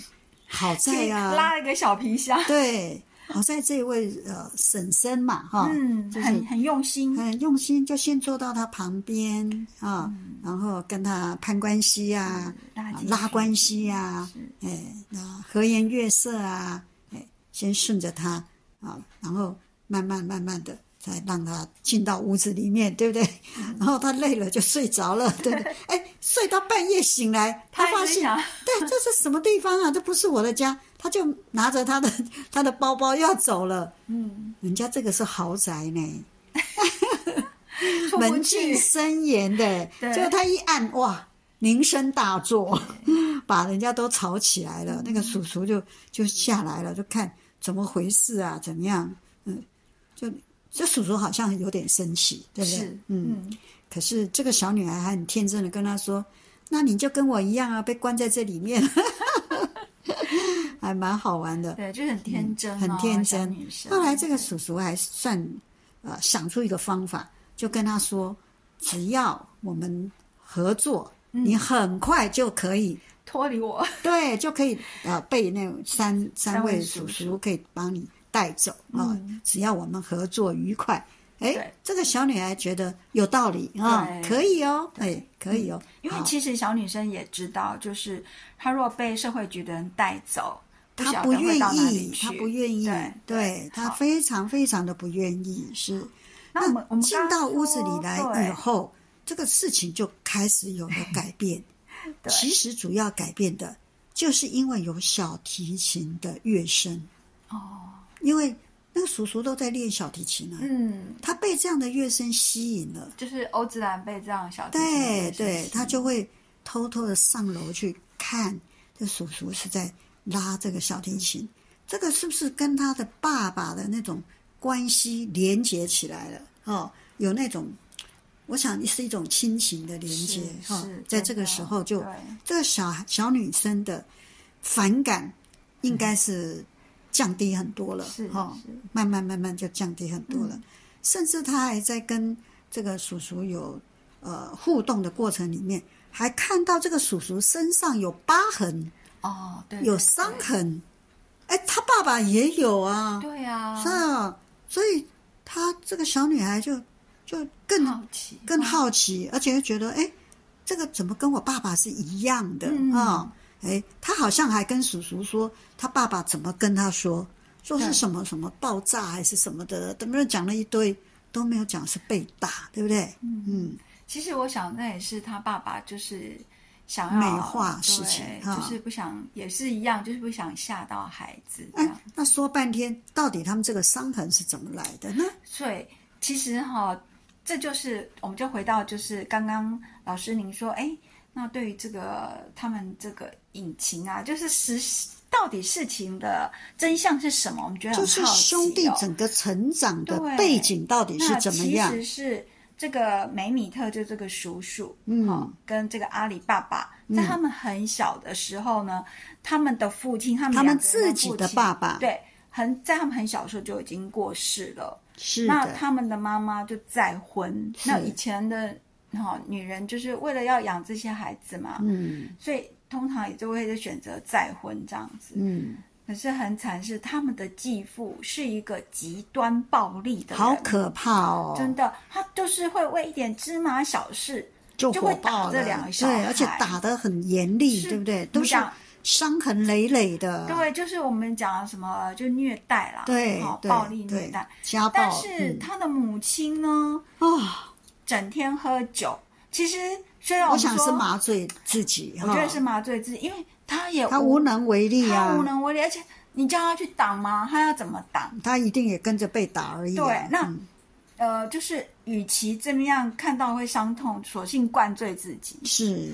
Speaker 1: 好在啊
Speaker 2: 去
Speaker 1: 呀、
Speaker 2: 拉了一个小皮箱，
Speaker 1: 对，好在这位呃婶婶嘛哈，
Speaker 2: 嗯，
Speaker 1: 啊就是嗯
Speaker 2: 很很用心。
Speaker 1: 很哎用心，就先坐到他旁边啊，然后跟他攀关系啊，
Speaker 2: 嗯拉
Speaker 1: 啊
Speaker 2: 进
Speaker 1: 拉
Speaker 2: 去
Speaker 1: 关系啊，哎，那和颜悦色啊，哎，先顺着他啊，然后慢慢慢慢的才让他进到屋子里面，对不对？
Speaker 2: 嗯
Speaker 1: 然后他累了就睡着 了，对不对？哎，睡到半夜醒来，他
Speaker 2: 他
Speaker 1: 发
Speaker 2: 一直
Speaker 1: 现
Speaker 2: 想，
Speaker 1: 对，这是什么地方啊？这不是我的家。他就拿着他的 他的包包要走了，
Speaker 2: 嗯，
Speaker 1: 人家这个是豪宅呢，
Speaker 2: 出不
Speaker 1: 嗯门禁
Speaker 2: 去，
Speaker 1: 森严的，
Speaker 2: 对
Speaker 1: 结果他一按，哇，铃声大作， 把人家都吵起来了。
Speaker 2: 嗯
Speaker 1: 那个叔叔就就下来了，就看怎么回事啊，怎么样？嗯，就这叔叔好像有点生气，对不对？
Speaker 2: 是，
Speaker 1: 嗯。
Speaker 2: 嗯，
Speaker 1: 可是这个小女孩还很天真的跟他说：“那你就跟我一样啊，被关在这里面， 还蛮好玩的。”
Speaker 2: 对，就是很天真哦、
Speaker 1: 嗯很天
Speaker 2: 小
Speaker 1: 真
Speaker 2: 女生。
Speaker 1: 后来这个叔叔还算呃想出一个方法，就跟他说，只要我们合作，
Speaker 2: 嗯
Speaker 1: 你很快就可以
Speaker 2: 脱离 我，
Speaker 1: 对，就可以呃被那种三三
Speaker 2: 三位
Speaker 1: 位
Speaker 2: 叔
Speaker 1: 叔
Speaker 2: 叔
Speaker 1: 叔可以帮你带走啊、
Speaker 2: 嗯
Speaker 1: 只要我们合作愉快。哎
Speaker 2: 对，
Speaker 1: 这个小女孩觉得有道理啊、
Speaker 2: 对嗯
Speaker 1: 可以哦，哎，可以哦，
Speaker 2: 因为
Speaker 1: 好
Speaker 2: 其实小女生也知道，就是她若被社会局的人带走，不
Speaker 1: 她
Speaker 2: 晓
Speaker 1: 不
Speaker 2: 得
Speaker 1: 愿
Speaker 2: 会到哪里
Speaker 1: 意，
Speaker 2: 去。
Speaker 1: 她不愿意
Speaker 2: 对，
Speaker 1: 对她
Speaker 2: 好
Speaker 1: 非常非常的不愿意，是。
Speaker 2: 那我们我们
Speaker 1: 进
Speaker 2: 刚刚
Speaker 1: 到屋子里
Speaker 2: 说
Speaker 1: 来哎
Speaker 2: 对
Speaker 1: 以后，这个事情就开始有了改变。
Speaker 2: 对
Speaker 1: 其实主要改变的，就是因为有小提琴的乐声，
Speaker 2: 哦，
Speaker 1: 因为那个叔叔都在练小提琴啊，
Speaker 2: 嗯，
Speaker 1: 他被这样的乐声吸引了，
Speaker 2: 就是欧子兰被这样的小提琴
Speaker 1: 对
Speaker 2: 的
Speaker 1: 对
Speaker 2: 事，情
Speaker 1: 他就会偷偷的上楼去看这叔叔是在拉这个小提琴，这个是不是跟他的爸爸的那种关系连接起来了？哦，有那种，我想是一种亲情的连接
Speaker 2: 是
Speaker 1: 哈、哦
Speaker 2: 是，
Speaker 1: 在
Speaker 2: 真
Speaker 1: 这个
Speaker 2: 的
Speaker 1: 时候就
Speaker 2: 对
Speaker 1: 这个小小女生的反感应该是降低很多了，
Speaker 2: 嗯是
Speaker 1: 哈、
Speaker 2: 是
Speaker 1: 慢慢慢慢就降低很多了，
Speaker 2: 嗯
Speaker 1: 甚至她还在跟这个叔叔有呃互动的过程里面，还看到这个叔叔身上有疤痕、
Speaker 2: 哦，对，
Speaker 1: 有
Speaker 2: 对
Speaker 1: 伤，痕，哎，他爸爸也有啊，
Speaker 2: 对对啊，
Speaker 1: 是啊，所以她这个小女孩就就更
Speaker 2: 好奇，
Speaker 1: 更好奇，而且又觉得，哎，这个怎么跟我爸爸是一样的
Speaker 2: 嗯
Speaker 1: 啊？哎、他好像还跟叔叔说，他爸爸怎么跟他说，说是
Speaker 2: 对
Speaker 1: 什么什么爆炸还是什么的，怎么讲了一堆，都没有讲是被打，对不对？嗯，
Speaker 2: 其实我想，那也是他爸爸就是想要
Speaker 1: 美化事情
Speaker 2: 对
Speaker 1: 哈
Speaker 2: 就是不想，也是一样，就是不想吓到孩子这
Speaker 1: 哎、
Speaker 2: 样。
Speaker 1: 那说半天，到底他们这个伤痕是怎么来的呢？
Speaker 2: 所以其实哈、这就是我们就回到就是刚刚老师您说，哎，那对于这个他们这个引擎啊，就是实到底事情的真相是什么？我们觉得很
Speaker 1: 就
Speaker 2: 好奇、
Speaker 1: 是
Speaker 2: 哦、
Speaker 1: 兄弟整个成长的
Speaker 2: 对
Speaker 1: 背景到底是
Speaker 2: 那
Speaker 1: 怎么样
Speaker 2: 其？实是这个梅米特就这个叔叔，
Speaker 1: 嗯
Speaker 2: 哦跟这个阿里爸爸，在他们很小的时候呢，他们的父亲，他们
Speaker 1: 他们
Speaker 2: 两个
Speaker 1: 自
Speaker 2: 人
Speaker 1: 己
Speaker 2: 父
Speaker 1: 的
Speaker 2: 亲
Speaker 1: 爸爸
Speaker 2: 对，很在他们很小的时候就已经过世了。
Speaker 1: 是
Speaker 2: 那
Speaker 1: 的，
Speaker 2: 他们的妈妈就再婚，那
Speaker 1: 是
Speaker 2: 以前的哈、女人就是为了要养这些孩子嘛，
Speaker 1: 嗯
Speaker 2: 所以通常也就会选择再婚这样子。
Speaker 1: 嗯，
Speaker 2: 可是很惨是，他们的继父是一个极端暴力的人，
Speaker 1: 好可怕哦，
Speaker 2: 啊真的，他就是会为一点芝麻小事，
Speaker 1: 就
Speaker 2: 就
Speaker 1: 火
Speaker 2: 会
Speaker 1: 爆
Speaker 2: 打这
Speaker 1: 了，
Speaker 2: 两个小
Speaker 1: 对，而且
Speaker 2: 孩
Speaker 1: 打得很严厉，
Speaker 2: 是
Speaker 1: 对不对？
Speaker 2: 你
Speaker 1: 都是
Speaker 2: 讲
Speaker 1: 伤痕累累的，
Speaker 2: 对，就是我们讲的什么就虐待啦，
Speaker 1: 啊对
Speaker 2: 好
Speaker 1: 对
Speaker 2: 暴力虐
Speaker 1: 对
Speaker 2: 待。，
Speaker 1: 家暴，
Speaker 2: 但是
Speaker 1: 嗯
Speaker 2: 他的母亲呢，
Speaker 1: 啊，
Speaker 2: 整天喝酒，其实虽然我
Speaker 1: 我
Speaker 2: 们
Speaker 1: 想
Speaker 2: 说
Speaker 1: 是麻醉自己，
Speaker 2: 我觉得是
Speaker 1: 哈
Speaker 2: 麻醉自己，因为他也
Speaker 1: 他无，能为力
Speaker 2: 他无
Speaker 1: 啊，
Speaker 2: 能为力，而且你叫他去挡吗？他要怎么挡？
Speaker 1: 他一定也跟着被打而已啊。
Speaker 2: 对那
Speaker 1: 嗯
Speaker 2: 呃，就是与其这么样看到会伤痛，索性灌醉自己，
Speaker 1: 是，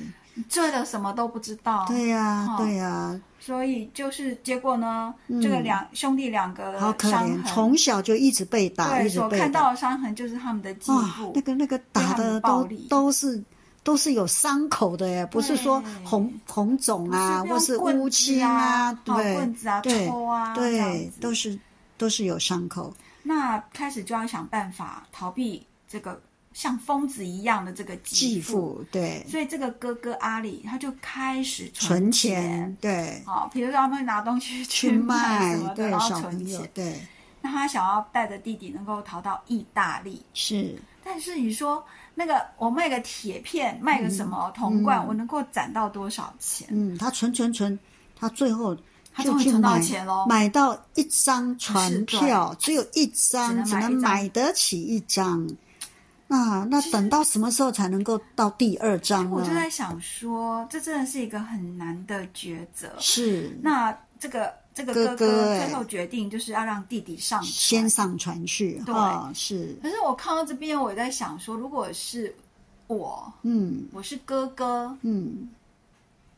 Speaker 2: 醉了什么都不知道。，
Speaker 1: 对呀，
Speaker 2: 哦
Speaker 1: 对呀，
Speaker 2: 所以就是结果呢，这个两兄弟两个
Speaker 1: 嗯
Speaker 2: 的
Speaker 1: 好可
Speaker 2: 伤
Speaker 1: 怜，
Speaker 2: 痕
Speaker 1: 从小就一直被打，
Speaker 2: 对
Speaker 1: 一直
Speaker 2: 所
Speaker 1: 被
Speaker 2: 看
Speaker 1: 打
Speaker 2: 到，的伤痕就是他们的继
Speaker 1: 哇
Speaker 2: 父，
Speaker 1: 那个那个打
Speaker 2: 他们
Speaker 1: 的
Speaker 2: 的暴
Speaker 1: 都
Speaker 2: 力
Speaker 1: 都是。都是有伤口的耶，不是说
Speaker 2: 对
Speaker 1: 红红肿啊，
Speaker 2: 不
Speaker 1: 或是
Speaker 2: 是那种
Speaker 1: 乌
Speaker 2: 棍子
Speaker 1: 青啊，
Speaker 2: 好
Speaker 1: 对，
Speaker 2: 棍子啊，
Speaker 1: 对
Speaker 2: 抽啊，这样
Speaker 1: 对，
Speaker 2: 子
Speaker 1: 都是都是有伤口，
Speaker 2: 那开始就要想办法逃避这个像疯子一样的这个
Speaker 1: 继
Speaker 2: 继父，
Speaker 1: 父对，
Speaker 2: 所以这个哥哥阿里他就开始
Speaker 1: 存
Speaker 2: 钱
Speaker 1: 钱。 对，
Speaker 2: 好，比如说他们拿东西
Speaker 1: 去
Speaker 2: 卖
Speaker 1: 卖
Speaker 2: 什么的，
Speaker 1: 对
Speaker 2: 然后
Speaker 1: 小
Speaker 2: 存
Speaker 1: 朋友
Speaker 2: 钱。
Speaker 1: 对
Speaker 2: 那他想要带着弟弟能够逃到意大利，
Speaker 1: 是
Speaker 2: 但是你说那个我卖个铁片，卖
Speaker 1: 嗯
Speaker 2: 个什么铜罐，我能够攒到多少钱？
Speaker 1: 嗯，他存存存，他最后
Speaker 2: 他
Speaker 1: 就
Speaker 2: 终于
Speaker 1: 去
Speaker 2: 存到
Speaker 1: 买
Speaker 2: 钱喽。
Speaker 1: 买到一张船票，只有一张，
Speaker 2: 只
Speaker 1: 只能
Speaker 2: 能买一张
Speaker 1: 买得起一张。啊，那等到什么时候才能够到第二张
Speaker 2: 我就
Speaker 1: 呢？
Speaker 2: 在想说，这真的是一个很难的抉择。
Speaker 1: 是
Speaker 2: 那这个这个
Speaker 1: 哥
Speaker 2: 哥
Speaker 1: 哥哎
Speaker 2: 最后决定就是要让弟弟上船
Speaker 1: 先上船去
Speaker 2: 对
Speaker 1: 哈、是
Speaker 2: 可是我看到这边，我也在想说，如果是我，
Speaker 1: 嗯
Speaker 2: 我是哥哥，
Speaker 1: 嗯，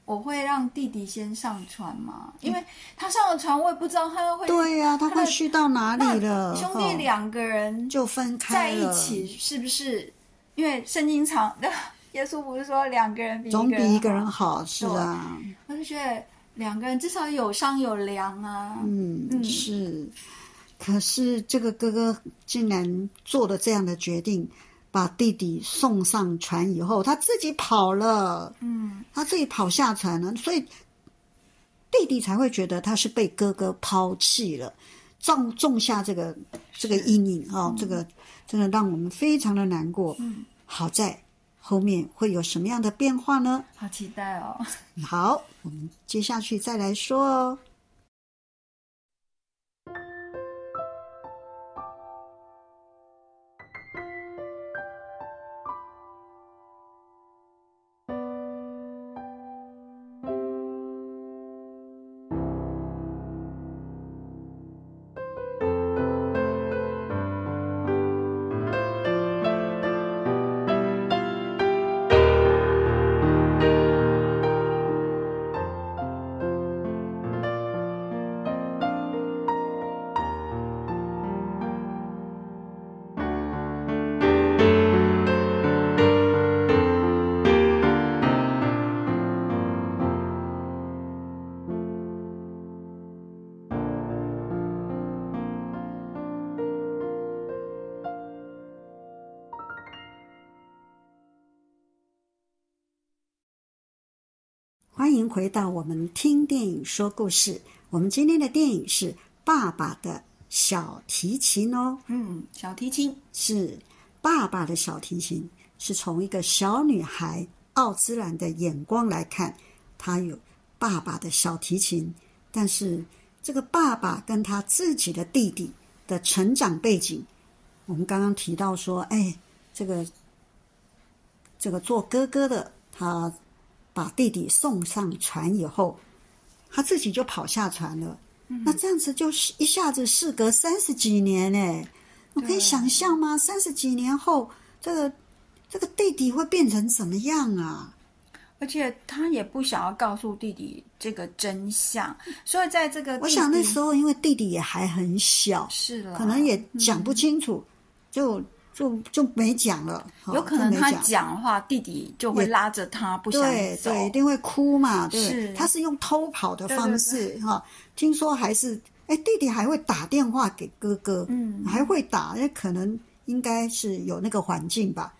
Speaker 2: 我会让弟弟先上船吗？因为他上了船，我也不知道他会
Speaker 1: 对呀、他
Speaker 2: 那
Speaker 1: 会去到哪
Speaker 2: 那
Speaker 1: 里了？
Speaker 2: 兄弟
Speaker 1: 哈
Speaker 2: 两个人
Speaker 1: 就分
Speaker 2: 在
Speaker 1: 开
Speaker 2: 一
Speaker 1: 了，
Speaker 2: 起，是不是？因为圣经常 耶稣不是说两个人比
Speaker 1: 总比一
Speaker 2: 一
Speaker 1: 个
Speaker 2: 个人
Speaker 1: 人
Speaker 2: 好，
Speaker 1: 好，是啊，
Speaker 2: 我就觉得两个人至少有商有量啊。嗯
Speaker 1: 嗯是。可是这个哥哥竟然做了这样的决定，把弟弟送上船以后，他自己跑了，
Speaker 2: 嗯，
Speaker 1: 他自己跑下船了，所以弟弟才会觉得他是被哥哥抛弃了，种种下这个这个阴影啊、哦这个真的让我们非常的难过。
Speaker 2: 嗯，
Speaker 1: 好在后面会有什么样的变化呢？
Speaker 2: 好期待哦。
Speaker 1: 好，我们接下去再来说哦。欢迎回到我们听电影说故事。我们今天的电影是《爸爸的小提琴》哦，
Speaker 2: 嗯，小提琴，
Speaker 1: 是爸爸的小提琴，是从一个小女孩奥兹兰的眼光来看，她有爸爸的小提琴，但是这个爸爸跟他自己的弟弟的成长背景，我们刚刚提到说，哎，这个这个做哥哥的他把弟弟送上船以后，他自己就跑下船了。那这样子就是一下子事隔三十几年哎，我可以
Speaker 2: 对
Speaker 1: 想象吗？三十几年后，这个这个弟弟会变成怎么样啊？
Speaker 2: 而且他也不想要告诉弟弟这个真相，所以在这个
Speaker 1: 我想那时
Speaker 2: 候
Speaker 1: 候因为弟弟也还很小，
Speaker 2: 是嗯了，
Speaker 1: 可能也讲不清楚，就就就没讲了。哦
Speaker 2: 有可能
Speaker 1: 就没
Speaker 2: 他
Speaker 1: 讲
Speaker 2: 讲的话，弟弟就会
Speaker 1: 也
Speaker 2: 拉着他不想
Speaker 1: 对
Speaker 2: 走。
Speaker 1: 对，一定会哭嘛，对不对
Speaker 2: 是
Speaker 1: 他是用偷跑的
Speaker 2: 对对
Speaker 1: 方式哈、听说还是哎，弟弟还会打电话给哥哥，
Speaker 2: 嗯
Speaker 1: 还会打，那可能应该是有那个环境吧，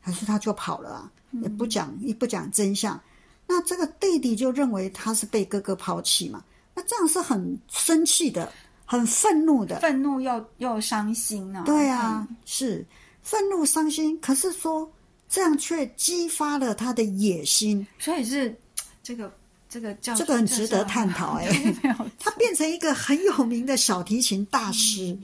Speaker 1: 还是他就跑了啊，
Speaker 2: 嗯
Speaker 1: 也不讲也不讲真相。那这个弟弟就认为他是被哥哥抛弃嘛，那这样是很生气的，很愤怒的，
Speaker 2: 愤怒又又伤心啊！
Speaker 1: 对啊
Speaker 2: 嗯，，
Speaker 1: 是愤怒伤心，可是说这样却激发了他的野心，
Speaker 2: 所以是这个这个叫
Speaker 1: 这个很值
Speaker 2: 啊
Speaker 1: 得探讨哎、
Speaker 2: 没有
Speaker 1: 他变成一个很有名的小提琴大师。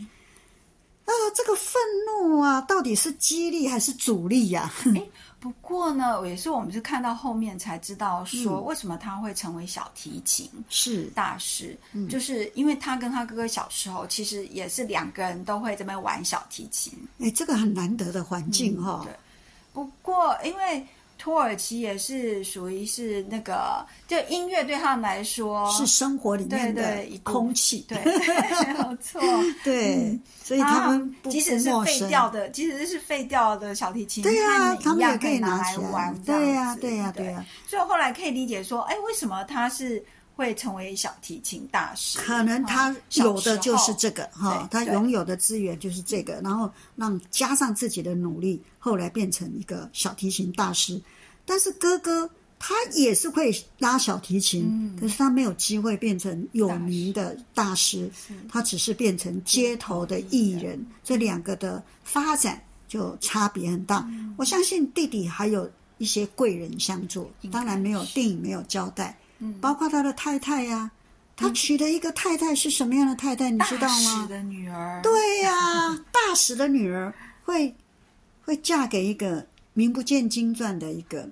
Speaker 1: 啊、这个愤怒啊，到底是激励还是阻力呀、
Speaker 2: 哎不过呢，也是我们是看到后面才知道说
Speaker 1: 嗯
Speaker 2: 为什么他会成为小提琴
Speaker 1: 是
Speaker 2: 大师，
Speaker 1: 嗯
Speaker 2: 就是因为他跟他哥哥小时候其实也是两个人都会这边玩小提琴。
Speaker 1: 哎，这个很难得的环境哈、
Speaker 2: 嗯对不过因为土耳其也是属于是那个，就音乐对他们来说
Speaker 1: 是生活里面的
Speaker 2: 对对一部
Speaker 1: 空气，
Speaker 2: 对， 嗯没有错。
Speaker 1: 对所以他们不
Speaker 2: 即使
Speaker 1: 不
Speaker 2: 啊是
Speaker 1: 陌
Speaker 2: 废
Speaker 1: 生。
Speaker 2: 掉的，即使是废掉的小提琴，
Speaker 1: 对呀、
Speaker 2: 他
Speaker 1: 他们
Speaker 2: 们一
Speaker 1: 也
Speaker 2: 样
Speaker 1: 可
Speaker 2: 可
Speaker 1: 以
Speaker 2: 拿
Speaker 1: 拿
Speaker 2: 来
Speaker 1: 起
Speaker 2: 玩。
Speaker 1: 对呀、
Speaker 2: 这
Speaker 1: 对呀、啊
Speaker 2: 样子
Speaker 1: 对呀、
Speaker 2: 所以后来可以理解说，哎，为什么他是会成为小提琴大师？
Speaker 1: 可能他
Speaker 2: 哦
Speaker 1: 有的就是这，
Speaker 2: 小时
Speaker 1: 个哈
Speaker 2: 对，
Speaker 1: 他
Speaker 2: 对嗯
Speaker 1: 拥有的资源就是这个，然后让加上自己的努力，后来变成一个小提琴大师。但是哥哥他也是会拉小提琴，
Speaker 2: 嗯
Speaker 1: 可是他没有机会变成有名的大师，他只是变成街头的艺人。这两个的发展就差别很大。
Speaker 2: 嗯
Speaker 1: 我相信弟弟还有一些贵人相助，
Speaker 2: 应该
Speaker 1: 当然没有
Speaker 2: 是
Speaker 1: 电影没有交代，
Speaker 2: 嗯
Speaker 1: 包括他的太太呀、他娶的一个太太是什么样的太太，你知道
Speaker 2: 大使
Speaker 1: 吗？
Speaker 2: 的女儿，
Speaker 1: 对呀、大使的女儿会会嫁给一个名不见经传的一个，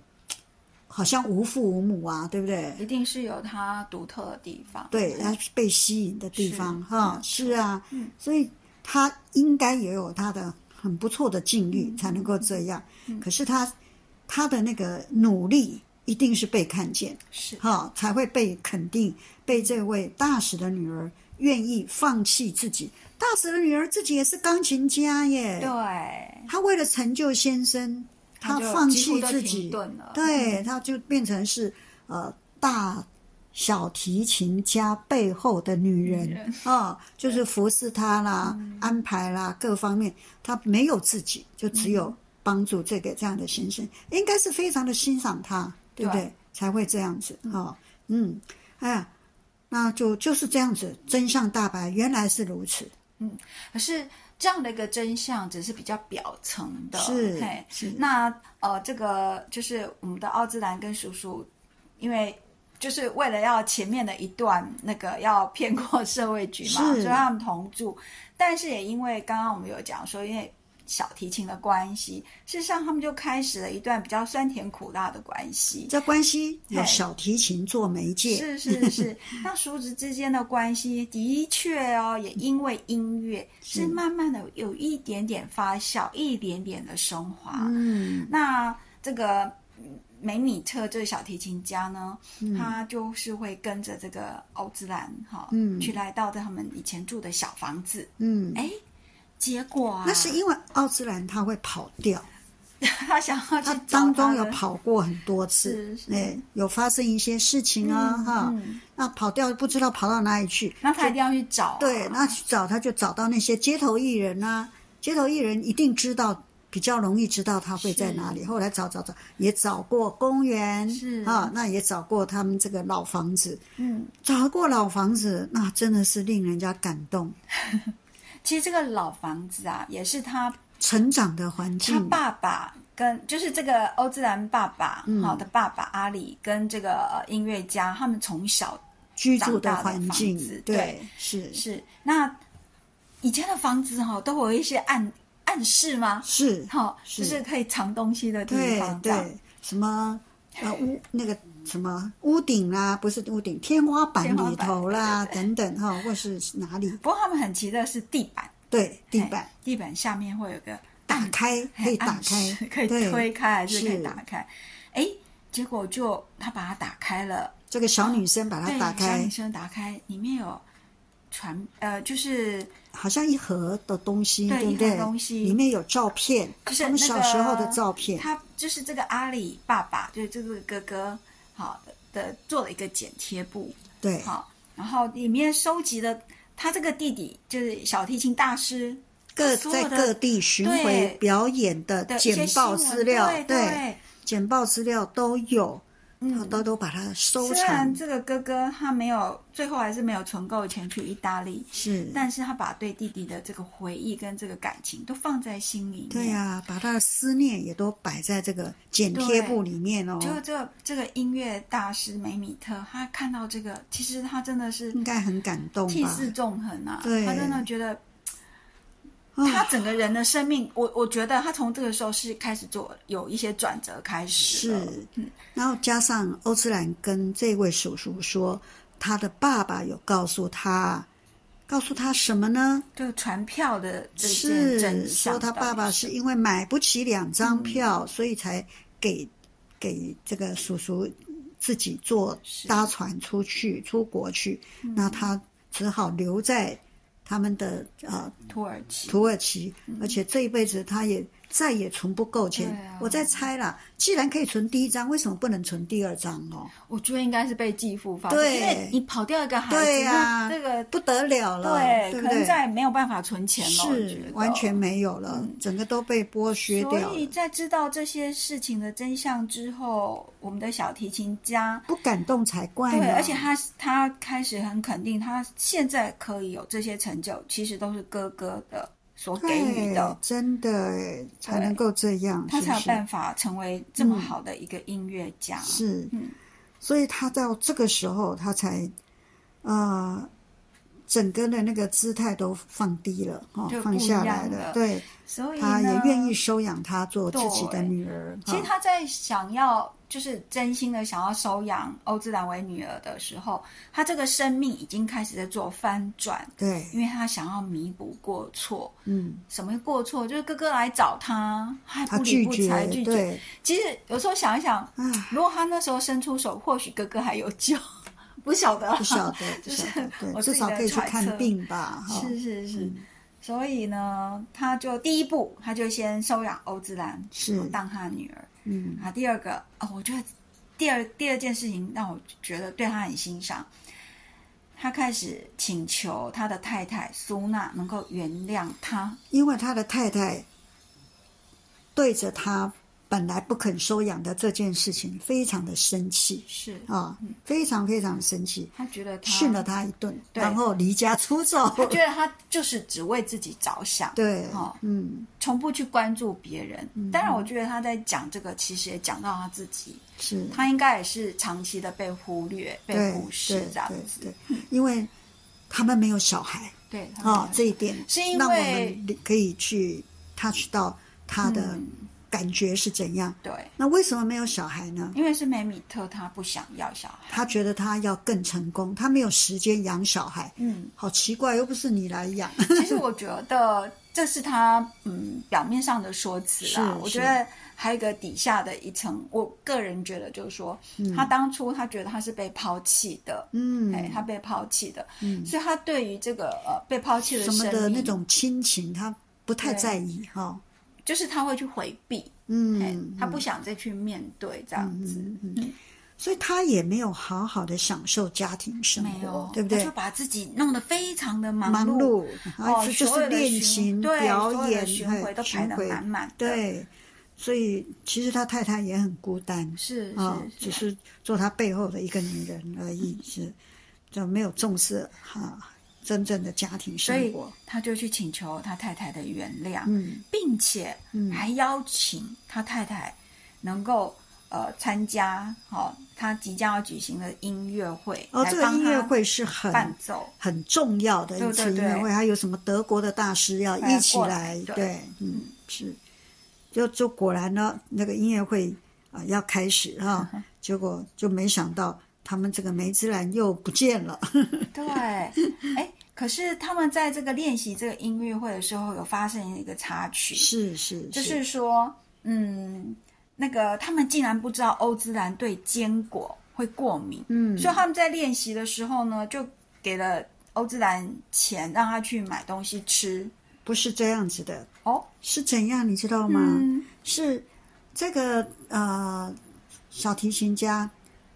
Speaker 1: 好像无父无母啊，对不对？
Speaker 2: 一定是有它独特的地方。嗯
Speaker 1: 对，他被吸引的地方
Speaker 2: 是
Speaker 1: 哈，
Speaker 2: 嗯
Speaker 1: 是啊，
Speaker 2: 嗯
Speaker 1: 所以他应该也有他的很不错的境
Speaker 2: 嗯
Speaker 1: 遇才能够这样。可是他他的那个努力一定是被看见，
Speaker 2: 是
Speaker 1: 哈，才会被肯定，被这位大使的女儿愿意放弃自己。大使的女儿自己也是钢琴家耶，
Speaker 2: 对，
Speaker 1: 她为了成就先生，她
Speaker 2: 她就
Speaker 1: 放
Speaker 2: 几乎
Speaker 1: 弃
Speaker 2: 都
Speaker 1: 自
Speaker 2: 停
Speaker 1: 己，
Speaker 2: 顿了嗯
Speaker 1: 对，她就变成是呃大小提琴家背后的女
Speaker 2: 女
Speaker 1: 人
Speaker 2: 人嗯
Speaker 1: 啊、就是服侍她啦、安排啦各方面，她没有自己，就只
Speaker 2: 嗯
Speaker 1: 有帮助这个这样的先生，应该是非常的欣赏他，对不对？
Speaker 2: 对
Speaker 1: 才会这样子啊、哦，嗯，哎呀。那就就是这样子，真相大白，原来是如此，
Speaker 2: 可是这样的一个真相只是比较表层的，
Speaker 1: 是
Speaker 2: 嘿
Speaker 1: 是
Speaker 2: 那呃，这个就是我们的奥兹兰跟叔叔，因为就是为了要前面的一段那个要骗过社会局嘛，
Speaker 1: 是
Speaker 2: 所以他们同住，但是也因为刚刚我们有讲说，因为。小提琴的关系，事实上他们就开始了一段比较酸甜苦辣的关系。
Speaker 1: 这关系有
Speaker 2: 哎
Speaker 1: 小提琴做媒介，
Speaker 2: 是 是是，那叔侄之间的关系的确哦，也因为音
Speaker 1: 嗯
Speaker 2: 乐是慢慢的有一点点发酵，一点点的升华。
Speaker 1: 嗯，
Speaker 2: 那这个嗯梅米特这个小提琴家呢，他就是会跟着这个欧兹兰哈、
Speaker 1: 嗯
Speaker 2: 去来到他们以前住的小房子。
Speaker 1: 嗯，
Speaker 2: 哎，结果啊，
Speaker 1: 那是因为奥斯兰他会跑掉，
Speaker 2: 他想要去
Speaker 1: 他
Speaker 2: 找
Speaker 1: 当中
Speaker 2: 的
Speaker 1: 有跑过很多次
Speaker 2: 是，是
Speaker 1: 哎，有发生一些事情啊，
Speaker 2: 嗯
Speaker 1: 哈
Speaker 2: 嗯，
Speaker 1: 那跑掉不知道跑到哪里去，
Speaker 2: 那他一定要去找啊、
Speaker 1: 对，那去找他就找到那些街头艺人啊，街头艺人一定知道。比较容易知道他会在哪里。后来找找找，也找过公园，
Speaker 2: 是
Speaker 1: 啊，那也找过他们这个老房子，
Speaker 2: 嗯，
Speaker 1: 找过老房子，那真的是令人家感动。
Speaker 2: 其实这个老房子啊，也是他
Speaker 1: 成长的环
Speaker 2: 他
Speaker 1: 境，
Speaker 2: 爸爸跟就是这个欧自然爸爸，
Speaker 1: 嗯
Speaker 2: 好的爸爸阿里跟这个呃音乐家，他们从小
Speaker 1: 居住的
Speaker 2: 长大的
Speaker 1: 环
Speaker 2: 房
Speaker 1: 境
Speaker 2: 子，
Speaker 1: 对
Speaker 2: 对，
Speaker 1: 是
Speaker 2: 是那以前的房子哈、都有一些暗暗示吗？
Speaker 1: 是，
Speaker 2: 好、就是是可以藏东西的地
Speaker 1: 对
Speaker 2: 方，这样
Speaker 1: 对，什么 呃屋那个什么屋顶啦，不是屋顶，天花板
Speaker 2: 天花
Speaker 1: 里
Speaker 2: 板
Speaker 1: 头啦，等等哈，或是哪里，
Speaker 2: 不过他们很奇的是地板，
Speaker 1: 对，地
Speaker 2: 嘿
Speaker 1: 板
Speaker 2: 地板下面会有个
Speaker 1: 打
Speaker 2: 暗
Speaker 1: 开可以打
Speaker 2: 暗示
Speaker 1: 开，
Speaker 2: 可以
Speaker 1: 对
Speaker 2: 推开还是可
Speaker 1: 是
Speaker 2: 以打开？哎，结果就他把它打开了。
Speaker 1: 这个小女生把它
Speaker 2: 对，
Speaker 1: 打
Speaker 2: 小
Speaker 1: 开
Speaker 2: 女，生打开，里面有传呃，就是
Speaker 1: 好像一盒的东西，
Speaker 2: 对
Speaker 1: 对不
Speaker 2: 一盒
Speaker 1: 对？
Speaker 2: 东西
Speaker 1: 里面有照片，
Speaker 2: 就是
Speaker 1: 他们
Speaker 2: 那
Speaker 1: 小
Speaker 2: 个
Speaker 1: 时候的照片，
Speaker 2: 他就是这个阿里爸爸，就是这个哥哥，好的的做了一个剪贴簿，
Speaker 1: 对，
Speaker 2: 好，然后里面收集了他这个弟弟，就是小提琴大师
Speaker 1: 各
Speaker 2: 所有
Speaker 1: 在
Speaker 2: 的
Speaker 1: 各地巡回
Speaker 2: 对
Speaker 1: 表演的
Speaker 2: 的一些
Speaker 1: 简报
Speaker 2: 新闻
Speaker 1: 资料，
Speaker 2: 对对，
Speaker 1: 简报资料都有，他
Speaker 2: 嗯。
Speaker 1: 都都把它收
Speaker 2: 虽
Speaker 1: 藏
Speaker 2: 然，这个哥哥他没有，最后还是没有存够钱去意大利，
Speaker 1: 是，
Speaker 2: 但是他把对弟弟的这个回忆跟这个感情都放在心里面。
Speaker 1: 对呀、把他的思念也都摆在这个剪贴簿里面哦，
Speaker 2: 就这这个音乐大师梅米特，他看到这个，其实他真的是
Speaker 1: 应该很感动
Speaker 2: 涕
Speaker 1: 吧？
Speaker 2: 泗纵横啊！
Speaker 1: 对
Speaker 2: 他真的觉得
Speaker 1: 啊
Speaker 2: 他整个人的生命，我我觉得他从这个时候是开始做有一些转折开始了。嗯
Speaker 1: 是，然后加上欧斯兰跟这位叔叔说，他的爸爸有告诉他，告诉他什么呢？
Speaker 2: 就传票的这件
Speaker 1: 是
Speaker 2: 真相
Speaker 1: 说
Speaker 2: 到底是，嗯
Speaker 1: 他爸爸是因为买不起两张票，所以才给给这个叔叔自己坐
Speaker 2: 是嗯
Speaker 1: 搭船出去出国去，那他只好留在他们的呃
Speaker 2: 土耳其，
Speaker 1: 土耳其，而且这一辈子他也再也存不够钱。
Speaker 2: 嗯对啊
Speaker 1: 我在猜啦，既然可以存第一张，为什么不能存第二张哦？
Speaker 2: 我觉得应该是被继父发现，
Speaker 1: 对
Speaker 2: 因为你跑掉一个孩子，
Speaker 1: 对呀
Speaker 2: 那这个
Speaker 1: 不得了了，
Speaker 2: 对，
Speaker 1: 对不
Speaker 2: 可能
Speaker 1: 对？
Speaker 2: 再也没有办法存钱了，我觉
Speaker 1: 是
Speaker 2: 得嗯
Speaker 1: 完全没有了，整个都被剥削掉
Speaker 2: 所以
Speaker 1: 了。
Speaker 2: 在知道这些事情的真相之后，我们的小提琴家，
Speaker 1: 不感动才怪
Speaker 2: 对，
Speaker 1: 呢！
Speaker 2: 而且他他开始很肯定，他现在可以有这些成就，其实都是哥哥的所给予
Speaker 1: 对
Speaker 2: 的，，
Speaker 1: 真的哎才能够这样，
Speaker 2: 他
Speaker 1: 是
Speaker 2: 才
Speaker 1: 不
Speaker 2: 有
Speaker 1: 是？
Speaker 2: 办法成为这么好的一个音乐家。
Speaker 1: 是
Speaker 2: 嗯，
Speaker 1: 所以他到这个时候，他才呃，整个的那个姿态都放低了，哈、
Speaker 2: 就
Speaker 1: 放下来
Speaker 2: 不一样了
Speaker 1: 对，
Speaker 2: 所以
Speaker 1: 他
Speaker 2: 呢
Speaker 1: 也愿意收养她做自己的女儿。
Speaker 2: 其实
Speaker 1: 哈
Speaker 2: 他在想要就是真心的想要收养欧自然为女儿的时候，他这个生命已经开始在做翻转，
Speaker 1: 对，
Speaker 2: 因为他想要弥补过错。
Speaker 1: 嗯，
Speaker 2: 什么过错？就是哥哥来找他，他还
Speaker 1: 他
Speaker 2: 不理
Speaker 1: 拒
Speaker 2: 不
Speaker 1: 绝
Speaker 2: 睬，拒绝。
Speaker 1: 对，
Speaker 2: 其实有时候想一想，
Speaker 1: 唉，
Speaker 2: 如果他那时候伸出手，或许哥哥还有救， 不晓得啊。
Speaker 1: 不晓得，不
Speaker 2: 就是
Speaker 1: 晓得，对，
Speaker 2: 我
Speaker 1: 至
Speaker 2: 自己的
Speaker 1: 少可以去
Speaker 2: 揣测
Speaker 1: 看病吧，哈、
Speaker 2: 是是是。
Speaker 1: 嗯
Speaker 2: 所以呢，他就第一步，他就先收养欧自然
Speaker 1: 是
Speaker 2: 当他女儿。
Speaker 1: 嗯，
Speaker 2: 啊，第二个哦，我觉得第二第二件事情让我觉得对他很欣赏，他开始请求他的太太苏娜能够原谅他，
Speaker 1: 因为他的太太对着他本来不肯收养的这件事情非常的生气
Speaker 2: 是
Speaker 1: 啊，非常非常生气，
Speaker 2: 他觉嗯得他
Speaker 1: 训了，他一顿，
Speaker 2: 对
Speaker 1: 然后离家出走。
Speaker 2: 他觉得他就是只为自己着想，
Speaker 1: 对
Speaker 2: 哦，
Speaker 1: 嗯，
Speaker 2: 从不去关注别人。当然，我觉得他在讲这个，其实也讲到他自己，
Speaker 1: 是，
Speaker 2: 他应该也是长期的被忽略、被
Speaker 1: 对
Speaker 2: 忽视
Speaker 1: 对
Speaker 2: 这样
Speaker 1: 对
Speaker 2: 子嗯
Speaker 1: 对。，因为他们没有小孩
Speaker 2: 对，他
Speaker 1: 啊
Speaker 2: 们，
Speaker 1: 这一点
Speaker 2: 嗯是因
Speaker 1: 让我
Speaker 2: 为
Speaker 1: 们可以去 touch 到他的
Speaker 2: 嗯
Speaker 1: 感觉是怎样。
Speaker 2: 对，
Speaker 1: 那为什么没有小孩呢？
Speaker 2: 因为是梅米特，他不想要小孩。
Speaker 1: 他觉得他要更成功，他没有时间养小孩，
Speaker 2: 嗯，
Speaker 1: 好奇怪，又不是你来 养。
Speaker 2: 其实我觉得这是他嗯表面上的说辞啦
Speaker 1: 是，
Speaker 2: 我
Speaker 1: 是
Speaker 2: 觉得还有一个底下的一层，我个人觉得就是说，他当初他觉得他是被抛弃的，
Speaker 1: 嗯，
Speaker 2: 哎，他被抛弃的，
Speaker 1: 嗯
Speaker 2: 所以他对于这个呃被抛弃的
Speaker 1: 什么
Speaker 2: 生
Speaker 1: 的
Speaker 2: 命
Speaker 1: 那，种亲情，他不太
Speaker 2: 对
Speaker 1: 在意哈。
Speaker 2: 就是他会去回避，哎
Speaker 1: 嗯，，
Speaker 2: 他不想再去面对这样子，嗯
Speaker 1: 所以他也没有好好的享受家庭生
Speaker 2: 没有
Speaker 1: 活，，对不对
Speaker 2: 他就？把自己弄得非常的
Speaker 1: 忙
Speaker 2: 碌。
Speaker 1: 碌，
Speaker 2: 哦
Speaker 1: 啊，这就
Speaker 2: 所有
Speaker 1: 是
Speaker 2: 的
Speaker 1: 练
Speaker 2: 巡
Speaker 1: 琴、
Speaker 2: 对
Speaker 1: 表
Speaker 2: 所有的
Speaker 1: 演、
Speaker 2: 巡
Speaker 1: 嘿
Speaker 2: 回都排得满满的
Speaker 1: 对，所以其实他太太也很孤单
Speaker 2: 是是
Speaker 1: 啊，
Speaker 2: 是嗯
Speaker 1: 只是做他背后的一个女人而已，是就没有重视哈、真正的家庭
Speaker 2: 所
Speaker 1: 生
Speaker 2: 以
Speaker 1: 活。
Speaker 2: 他就去请求他太太的原谅，
Speaker 1: 嗯
Speaker 2: 并且
Speaker 1: 嗯
Speaker 2: 还邀请他太太能够呃参加好、哦、他即将要举行的音乐会，
Speaker 1: 哦，
Speaker 2: 来
Speaker 1: 这个
Speaker 2: 帮
Speaker 1: 音乐
Speaker 2: 他
Speaker 1: 会是很
Speaker 2: 伴奏。
Speaker 1: 很重要的
Speaker 2: 对
Speaker 1: 一次
Speaker 2: 对
Speaker 1: 音
Speaker 2: 对
Speaker 1: 乐会，还有什么德国的大师要
Speaker 2: 来
Speaker 1: 一起
Speaker 2: 过
Speaker 1: 来
Speaker 2: 来，对
Speaker 1: 对，嗯，是，就就果然呢，那个音乐会啊、要开始哈、
Speaker 2: 嗯
Speaker 1: 结果就没想到他们这个梅之兰又不见了，
Speaker 2: 对，哎，可是他们在这个练习这个音乐会的时候，有发生一个插曲，
Speaker 1: 是是，
Speaker 2: 就是说，嗯，那个他们竟然不知道欧姿兰对坚果会过敏，
Speaker 1: 嗯，
Speaker 2: 所以他们在练习的时候呢，就给了欧姿兰钱让他去买东西吃。
Speaker 1: 不是这样子的，
Speaker 2: 哦，
Speaker 1: 是怎样你知道吗？
Speaker 2: 嗯，
Speaker 1: 是这个呃小提琴家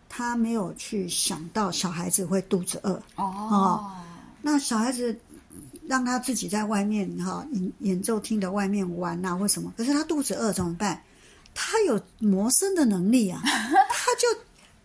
Speaker 1: 他没有去想到小孩子会肚子饿，
Speaker 2: 哦，
Speaker 1: 那小孩子让他自己在外面哈演演奏厅的外面玩啊，或什么，可是他肚子饿怎么办？他有谋生的能力啊，他就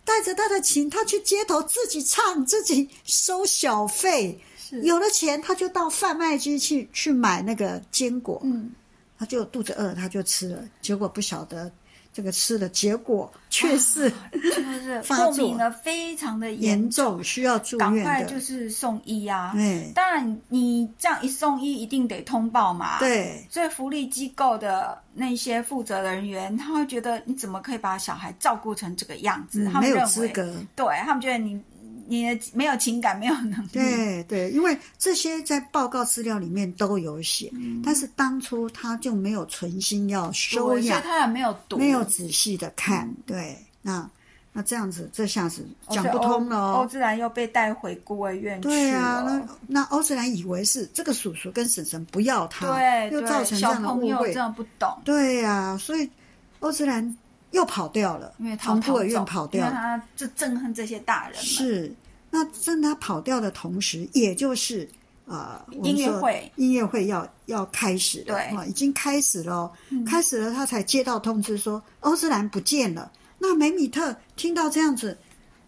Speaker 1: 带着他的琴，他去街头自己唱，自己收小费，
Speaker 2: 是
Speaker 1: 有了钱他就到贩卖机去去买那个坚果，
Speaker 2: 嗯，
Speaker 1: 他就肚子饿他就吃了，结果不晓得这个吃的结果却是
Speaker 2: 就是
Speaker 1: 发
Speaker 2: 过
Speaker 1: 作
Speaker 2: 敏了，非常的
Speaker 1: 严
Speaker 2: 严重，
Speaker 1: 重需要住
Speaker 2: 赶快
Speaker 1: 院
Speaker 2: 就
Speaker 1: 的，
Speaker 2: 是送医啊。
Speaker 1: 哎，
Speaker 2: 当然，你这样一送医，一定得通报嘛。。
Speaker 1: 对，
Speaker 2: 所以福利机构的那些负责人员，他会觉得你怎么可以把小孩照顾成这个样子？他
Speaker 1: 嗯没
Speaker 2: 们认
Speaker 1: 有资
Speaker 2: 为，嗯
Speaker 1: 格。
Speaker 2: 对他们觉得你你的没有情感，没有能力。
Speaker 1: 对对，因为这些在报告资料里面都有写，
Speaker 2: 嗯
Speaker 1: 但是当初他就没有存心要收
Speaker 2: 所以
Speaker 1: 养，
Speaker 2: 他嗯也没有读，
Speaker 1: 没有仔细的看，对，那那这样子，这下子讲不通了
Speaker 2: 欧
Speaker 1: 哦。
Speaker 2: 自然又被带回孤儿院去了。
Speaker 1: 对啊，那那欧斯兰以为是这个叔叔跟婶婶不要他，
Speaker 2: 对
Speaker 1: 又
Speaker 2: 对
Speaker 1: 造成这
Speaker 2: 小
Speaker 1: 样的
Speaker 2: 朋
Speaker 1: 误
Speaker 2: 友
Speaker 1: 会
Speaker 2: 真。的不懂，
Speaker 1: 对呀、所以欧斯兰又跑掉了，
Speaker 2: 因为他
Speaker 1: 从孤儿
Speaker 2: 逃
Speaker 1: 院
Speaker 2: 走
Speaker 1: 跑掉
Speaker 2: 因为
Speaker 1: 了。
Speaker 2: 他就憎恨这些大人们。
Speaker 1: 是，那趁他跑掉的同时，也就是啊、呃，我们
Speaker 2: 音乐
Speaker 1: 说
Speaker 2: 会
Speaker 1: 音乐会要要开始了，
Speaker 2: 对嗯
Speaker 1: 啊，已经开始了哦、开始了，他才接到通知说欧斯兰不见了。那梅米特听到这样子，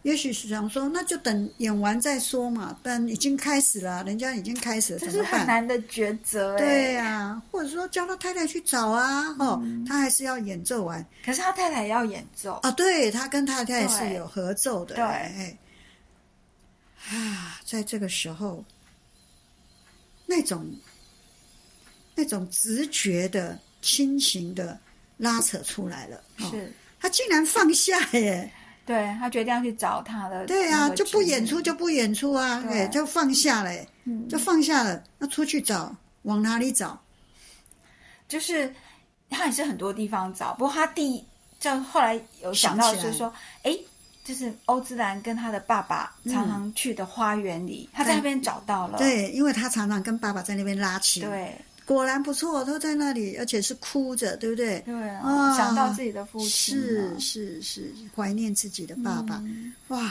Speaker 1: 也许是想说，那就等演完再说嘛，但已经开始了啊，人家已经开始了，
Speaker 2: 这
Speaker 1: 怎
Speaker 2: 是
Speaker 1: 么
Speaker 2: 很
Speaker 1: 办？
Speaker 2: 难的抉择、哎。
Speaker 1: 对呀、或者说叫他太太去找啊，哦，
Speaker 2: 嗯
Speaker 1: 他还是要演奏完，
Speaker 2: 可是他太太
Speaker 1: 哦
Speaker 2: 要演奏，
Speaker 1: 啊，对他跟太太是
Speaker 2: 对
Speaker 1: 有合奏的，
Speaker 2: 对
Speaker 1: 哎，啊，在这个时候，那种那种直觉的亲情的拉扯出来了。哦、
Speaker 2: 是
Speaker 1: 他竟然放下耶！
Speaker 2: 对他决定要去找他的，
Speaker 1: 对啊，就不演出就不演出啊，
Speaker 2: 对
Speaker 1: 哎，就放下了耶，就放下了。那出去找，往哪里找？
Speaker 2: 就是他也是很多地方找，不过他第一就后来有想到，
Speaker 1: 想起
Speaker 2: 就
Speaker 1: 来
Speaker 2: 是说，哎，就是欧姿兰跟他的爸爸常常去的花园里，他在那边找到了，
Speaker 1: 对，因为他常常跟爸爸在那边拉琴，，
Speaker 2: 嗯对
Speaker 1: 果然不错，都在那里，而且是哭着，对不对？
Speaker 2: 对啊，
Speaker 1: 啊
Speaker 2: 想到自己的父亲
Speaker 1: 是
Speaker 2: 了，
Speaker 1: 是是，怀念自己的爸爸。
Speaker 2: 嗯
Speaker 1: 哇，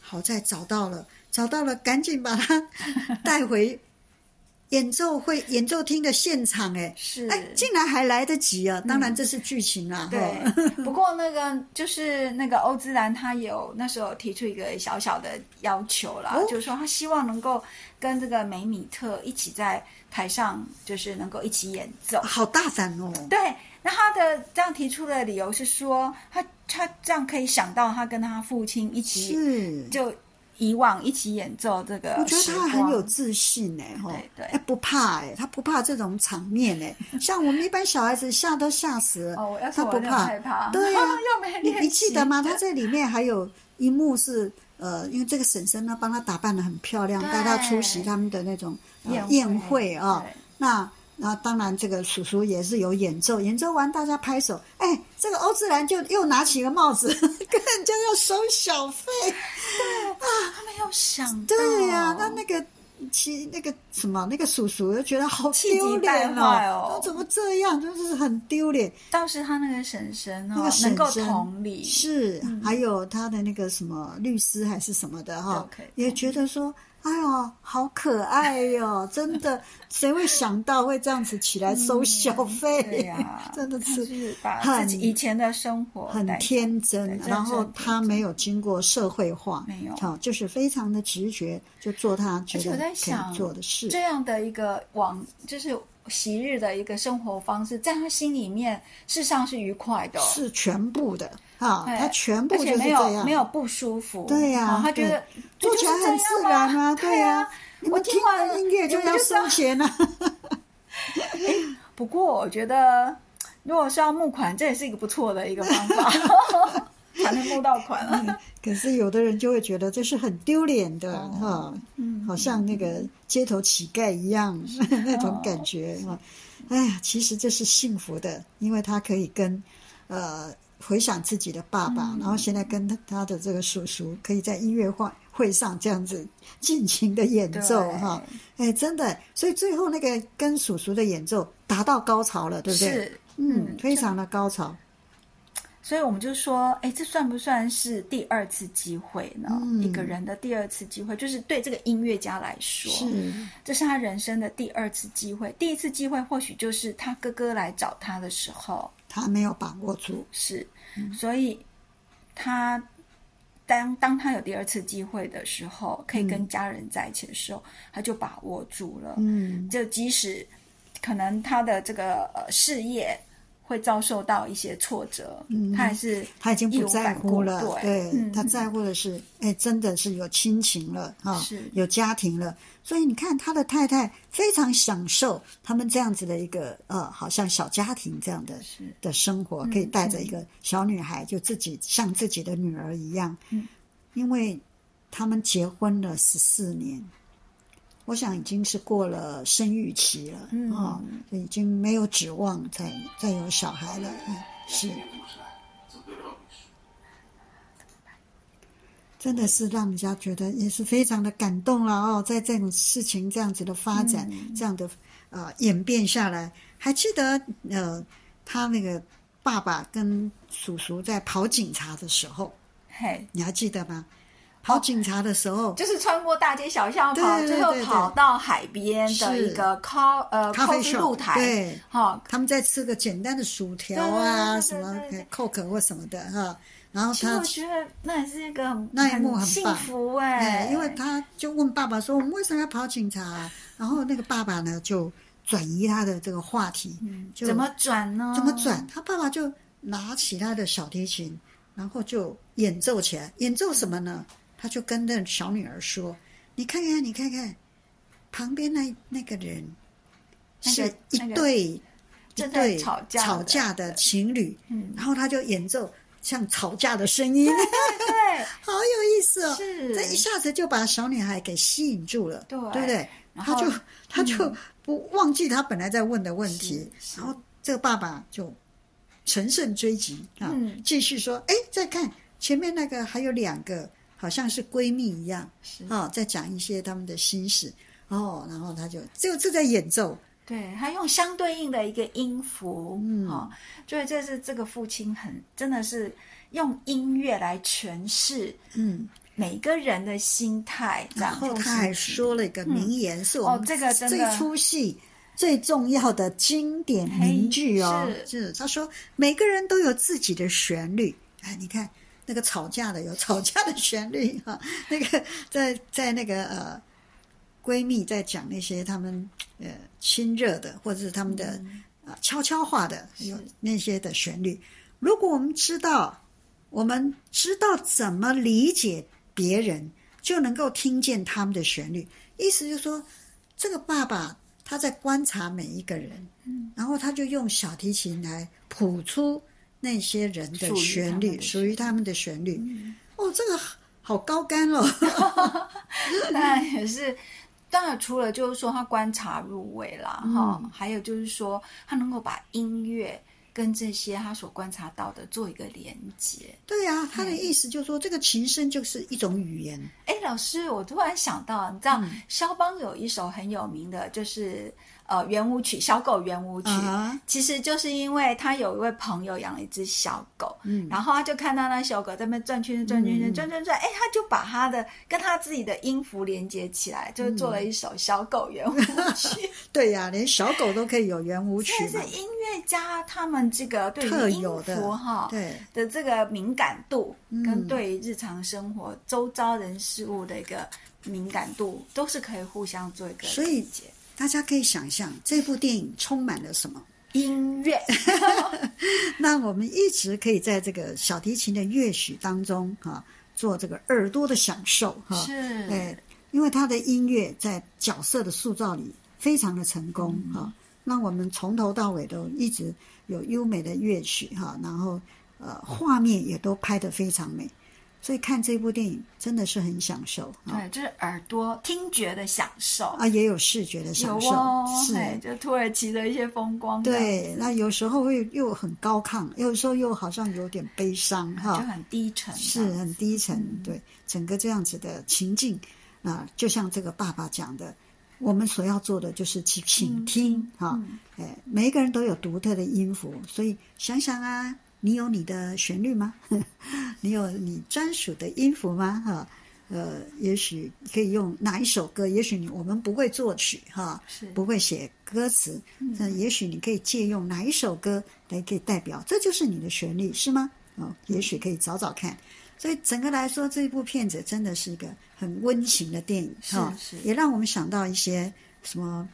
Speaker 1: 好在找到了，找到了，赶紧把他带回演奏会、演奏厅的现场。哎，
Speaker 2: 是，嗯
Speaker 1: 哎，竟然还来得及啊！当然这是剧情啦。哈，
Speaker 2: 对，不过那个就是那个欧姿兰，她有那时候提出一个小小的要求啦，
Speaker 1: 哦
Speaker 2: 就是说她希望能够跟这个梅米特一起在台上，就是能够一起演奏。
Speaker 1: 好大胆哦！
Speaker 2: 对，那她的这样提出的理由是说，她她这样可以想到她跟她父亲一起
Speaker 1: 是，
Speaker 2: 就以往一起演奏这个
Speaker 1: 我觉得
Speaker 2: 时
Speaker 1: 他
Speaker 2: 光，
Speaker 1: 很有自信哎，哈
Speaker 2: 对，对
Speaker 1: 哎不怕哎，他不怕这种场面哎，像我们一般小孩子吓都吓死了，
Speaker 2: 哦，我要是
Speaker 1: 他
Speaker 2: 我
Speaker 1: 不
Speaker 2: 有点
Speaker 1: 怕，
Speaker 2: 害怕，
Speaker 1: 对啊
Speaker 2: 又没
Speaker 1: 你
Speaker 2: 练
Speaker 1: 你记
Speaker 2: 习
Speaker 1: 得吗？他在里面还有一幕是，呃，因为这个婶婶呢帮他打扮的很漂亮，
Speaker 2: 对
Speaker 1: 带他出席他们的那种呃
Speaker 2: 宴
Speaker 1: 宴会啊、
Speaker 2: 哦对
Speaker 1: 那那当然，这个叔叔也是有演奏，演奏完大家拍手，哎，这个欧自然就又拿起了帽子， 跟人家要收小费。
Speaker 2: 啊他没有想到，
Speaker 1: 对啊呀、
Speaker 2: 哦
Speaker 1: 那那个。其那个什么，那个叔叔就觉得好
Speaker 2: 气急
Speaker 1: 丢脸
Speaker 2: 败坏哦
Speaker 1: 他怎么这样，真的是很丢脸。
Speaker 2: 倒是他那个婶婶
Speaker 1: 那
Speaker 2: 哦
Speaker 1: 个，婶
Speaker 2: 能够
Speaker 1: 婶
Speaker 2: 同理，嗯
Speaker 1: 是，还有他的那个什么律师还是什么的哈
Speaker 2: OK，
Speaker 1: 也觉得说，哎呦，好可爱 哟，真的，谁会想到会这样子起来收小
Speaker 2: 对
Speaker 1: 费
Speaker 2: 呀、
Speaker 1: 真的
Speaker 2: 就是是把
Speaker 1: 很
Speaker 2: 自己以前的生活
Speaker 1: 很
Speaker 2: 带
Speaker 1: 天真
Speaker 2: 对，真
Speaker 1: 然后
Speaker 2: 是很
Speaker 1: 他
Speaker 2: 天真
Speaker 1: 没有经过社会化，
Speaker 2: 没有
Speaker 1: 好，就是非常的直觉，就做他觉
Speaker 2: 而且
Speaker 1: 得
Speaker 2: 我在
Speaker 1: 可
Speaker 2: 想
Speaker 1: 以做的事，
Speaker 2: 这样的一个往，就是昔日的一个生活方式，在他心里面事实上是愉快的，
Speaker 1: 是全部的啊，
Speaker 2: 哎
Speaker 1: 他全部
Speaker 2: 而
Speaker 1: 就
Speaker 2: 且
Speaker 1: 是这
Speaker 2: 没有
Speaker 1: 样，
Speaker 2: 没有不舒服，
Speaker 1: 对呀
Speaker 2: 哦他觉得
Speaker 1: 做起来很自然
Speaker 2: 啊，
Speaker 1: 啊，
Speaker 2: 对
Speaker 1: 呀、啊，你
Speaker 2: 我
Speaker 1: 们
Speaker 2: 听
Speaker 1: 听
Speaker 2: 完
Speaker 1: 了音乐
Speaker 2: 你
Speaker 1: 就
Speaker 2: 们
Speaker 1: 要
Speaker 2: 就知道
Speaker 1: 收钱啊。
Speaker 2: 不过我觉得，如果是要募款，这也是一个不错的一个 方法，才能募到款
Speaker 1: 嗯
Speaker 2: 啊。
Speaker 1: 可是有的人就会觉得这是很丢脸的哈、
Speaker 2: 嗯
Speaker 1: 好像那个街头乞丐一样 那种感觉哈。哎呀，其实这是幸福的，因为他可以跟呃回想自己的爸爸，然后现在跟他他的这个叔叔可以在音乐会会上这样子尽情的演奏
Speaker 2: 对
Speaker 1: 哈。哎，真的，所以最后那个跟叔叔的演奏达到高潮了，对不对？
Speaker 2: 是，
Speaker 1: 嗯，非
Speaker 2: 这
Speaker 1: 常的高潮。
Speaker 2: 所以我们就说，哎，这算不算是第二次机会呢？
Speaker 1: 嗯
Speaker 2: 一个人的第二次机会，就是对这个音乐家来说，
Speaker 1: 是，
Speaker 2: 这是他人生的第二次机会。第一次机会或许就是他哥哥来找他的时候，
Speaker 1: 他没有把握住。
Speaker 2: 是，
Speaker 1: 嗯
Speaker 2: 所以他当当他有第二次机会的时候，可以跟家人在一起的时候，他就把握住了。
Speaker 1: 嗯，
Speaker 2: 就即使可能他的这个呃事业会遭受到一些挫折，
Speaker 1: 嗯
Speaker 2: 他还是
Speaker 1: 他已经
Speaker 2: 义
Speaker 1: 不
Speaker 2: 无
Speaker 1: 在
Speaker 2: 反
Speaker 1: 乎
Speaker 2: 顾
Speaker 1: 了，
Speaker 2: 对，嗯
Speaker 1: 他在乎的是，哎，真的是有亲情了啊，
Speaker 2: 是
Speaker 1: 有家庭了，所以你看他的太太非常享受他们这样子的一个呃，好像小家庭这样的
Speaker 2: 是嗯
Speaker 1: 的生活，可以带着一个小女孩，就自己像自己的女儿一样，
Speaker 2: 嗯
Speaker 1: 因为他们结婚了十四年。我想已经是过了生育期了，
Speaker 2: 嗯
Speaker 1: 啊、已经没有指望再再有小孩了，嗯，是。真的是让人家觉得也是非常的感动了哦，在这种事情这样子的发展，这样的呃演变下来，还记得呃他那个爸爸跟叔叔在跑警察的时候，
Speaker 2: 嘿，
Speaker 1: 你还记得吗？跑警察的时候，
Speaker 2: 就是穿过大街小巷跑，
Speaker 1: 对对
Speaker 2: 最后
Speaker 1: 对对
Speaker 2: 跑到海边的
Speaker 1: 是
Speaker 2: 一个咖呃
Speaker 1: 咖啡
Speaker 2: coffee
Speaker 1: shop，
Speaker 2: 露台，
Speaker 1: 对
Speaker 2: 哈、
Speaker 1: 他们在吃个简单的薯条啊，
Speaker 2: 对对
Speaker 1: 什
Speaker 2: 对
Speaker 1: 么
Speaker 2: 对对
Speaker 1: Coke 或什么的哈，然后
Speaker 2: 其实
Speaker 1: 他
Speaker 2: 我觉得那也是一个很
Speaker 1: 那一幕很
Speaker 2: 幸
Speaker 1: 棒
Speaker 2: 福哎、
Speaker 1: 哎，因为他就问爸爸说：“我们为什么要跑警察、啊然后那个爸爸呢，就转移他的这个话题，就
Speaker 2: 嗯怎么转呢？
Speaker 1: 怎么？转？他爸爸就拿起他的小提琴，然后就演奏起来。演奏什么呢？他就跟那小女儿说：“你看看，你看看，旁边那那个人，
Speaker 2: 那
Speaker 1: 是
Speaker 2: 个
Speaker 1: 一
Speaker 2: 那个
Speaker 1: 对一
Speaker 2: 正在
Speaker 1: 对
Speaker 2: 吵架
Speaker 1: 吵
Speaker 2: 的
Speaker 1: 架的情侣，
Speaker 2: 嗯
Speaker 1: 然后他就演奏像吵架的声音，
Speaker 2: 对，
Speaker 1: 好有意思哦！
Speaker 2: 是
Speaker 1: 这一下子就把小女孩给吸引住了，
Speaker 2: 对
Speaker 1: 不对？
Speaker 2: 然
Speaker 1: 他
Speaker 2: 后嗯
Speaker 1: 就他就不忘记他本来在问的问题，
Speaker 2: 是是
Speaker 1: 然后这个爸爸就乘胜追击啊，
Speaker 2: 嗯
Speaker 1: 继续说：“哎，再看前面那个还有两个，好像是闺蜜一样
Speaker 2: 是
Speaker 1: 啊，在讲一些他们的心事。”哦，然后他就就就在演奏，
Speaker 2: 对他用相对应的一个音符，
Speaker 1: 嗯
Speaker 2: 哦，所以这是这个父亲很真的是用音乐来诠释
Speaker 1: 嗯，
Speaker 2: 每个人的心态，这
Speaker 1: 然
Speaker 2: 样
Speaker 1: 后
Speaker 2: 用
Speaker 1: 他还
Speaker 2: 心情
Speaker 1: 说了一个名言，是我们
Speaker 2: 哦这个真的
Speaker 1: 这出戏最重要的经典名句哦，
Speaker 2: 嘿
Speaker 1: 是他说每个人都有自己的旋律，哎，你看那个吵架的有吵架的旋律 哈、那个在在那个呃闺蜜在讲那些他们呃亲热的或者是他们的、
Speaker 2: 嗯
Speaker 1: 呃悄悄话的有那些的旋律，如果我们知道我们知道怎么理解别人，就能够听见他们的旋律。意思就是说，这个爸爸他在观察每一个人，
Speaker 2: 嗯
Speaker 1: 然后他就用小提琴来谱出那些人的
Speaker 2: 属于
Speaker 1: 旋
Speaker 2: 他们
Speaker 1: 律，
Speaker 2: 的嗯
Speaker 1: 属于他们的旋律。哦，这个好高干哦，
Speaker 2: 那也是，当然除了就是说他观察入微啦，哈、还有就是说他能够把音乐跟这些他所观察到的做一个连接。
Speaker 1: 对呀、他的意思就是说，这个琴声就是一种语言。
Speaker 2: 哎，老师，我突然想到，你知道、肖邦有一首很有名的，就是呃圆舞曲《小狗圆舞曲》
Speaker 1: 啊
Speaker 2: 其实就是因为他有一位朋友养了一只小狗，
Speaker 1: 嗯
Speaker 2: 然后他就看到那小狗在那边转圈圈、转圈圈、转转转，哎，他就把他的跟他自己的音符连接起来，就做了一首小狗圆舞曲。
Speaker 1: 对呀、连小狗都可以有圆舞曲
Speaker 2: 这
Speaker 1: 嘛
Speaker 2: 是，音乐家他们这个对
Speaker 1: 特
Speaker 2: 于音
Speaker 1: 有的
Speaker 2: 符哈
Speaker 1: 对。
Speaker 2: 的这个敏感度，
Speaker 1: 嗯
Speaker 2: 跟对于日常生活周遭人事物的一个敏感度，都是可以互相做一个
Speaker 1: 所以
Speaker 2: 连接。
Speaker 1: 大家可以想象这部电影充满了什么。
Speaker 2: 音 乐
Speaker 1: 那我们一直可以在这个小提琴的乐曲当中哈、啊，做这个耳朵的享受哈、
Speaker 2: 是
Speaker 1: 哦对，因为他的音乐在角色的塑造里非常的成功
Speaker 2: 嗯
Speaker 1: 哈、让我们从头到尾都一直有优美的乐曲哈、然后呃画面也都拍得非常美，所以看这部电影真的是很享受哈、
Speaker 2: 对，就是耳朵听觉的享受，
Speaker 1: 啊，也有视觉的
Speaker 2: 有
Speaker 1: 享受，
Speaker 2: 哦，
Speaker 1: 是
Speaker 2: 嘿就土耳其的一些风光，
Speaker 1: 对，，那有时候会又很高亢，有时候又好像有点悲伤
Speaker 2: 就
Speaker 1: 哈，
Speaker 2: 很低沉，
Speaker 1: 是很低沉。对，整个这样子的情境，啊，就像这个爸爸讲的，我们所要做的就是去倾听
Speaker 2: 嗯
Speaker 1: 哈。哎，每一个人都有独特的音符，所以想想啊，你有你的旋律吗？ 你有你专属的音符吗？哈。呃，也许可以用哪一首歌？也许你我们不会作曲哈，
Speaker 2: 是
Speaker 1: 不会写歌词，那也许你可以借用哪一首歌来给代表，这就是你的旋律，是吗？哦，也许可以找找看。所以整个来说，这部片子真的是一个很温情的电影，
Speaker 2: 是
Speaker 1: 哦
Speaker 2: 是
Speaker 1: 也让我们想到一些什么，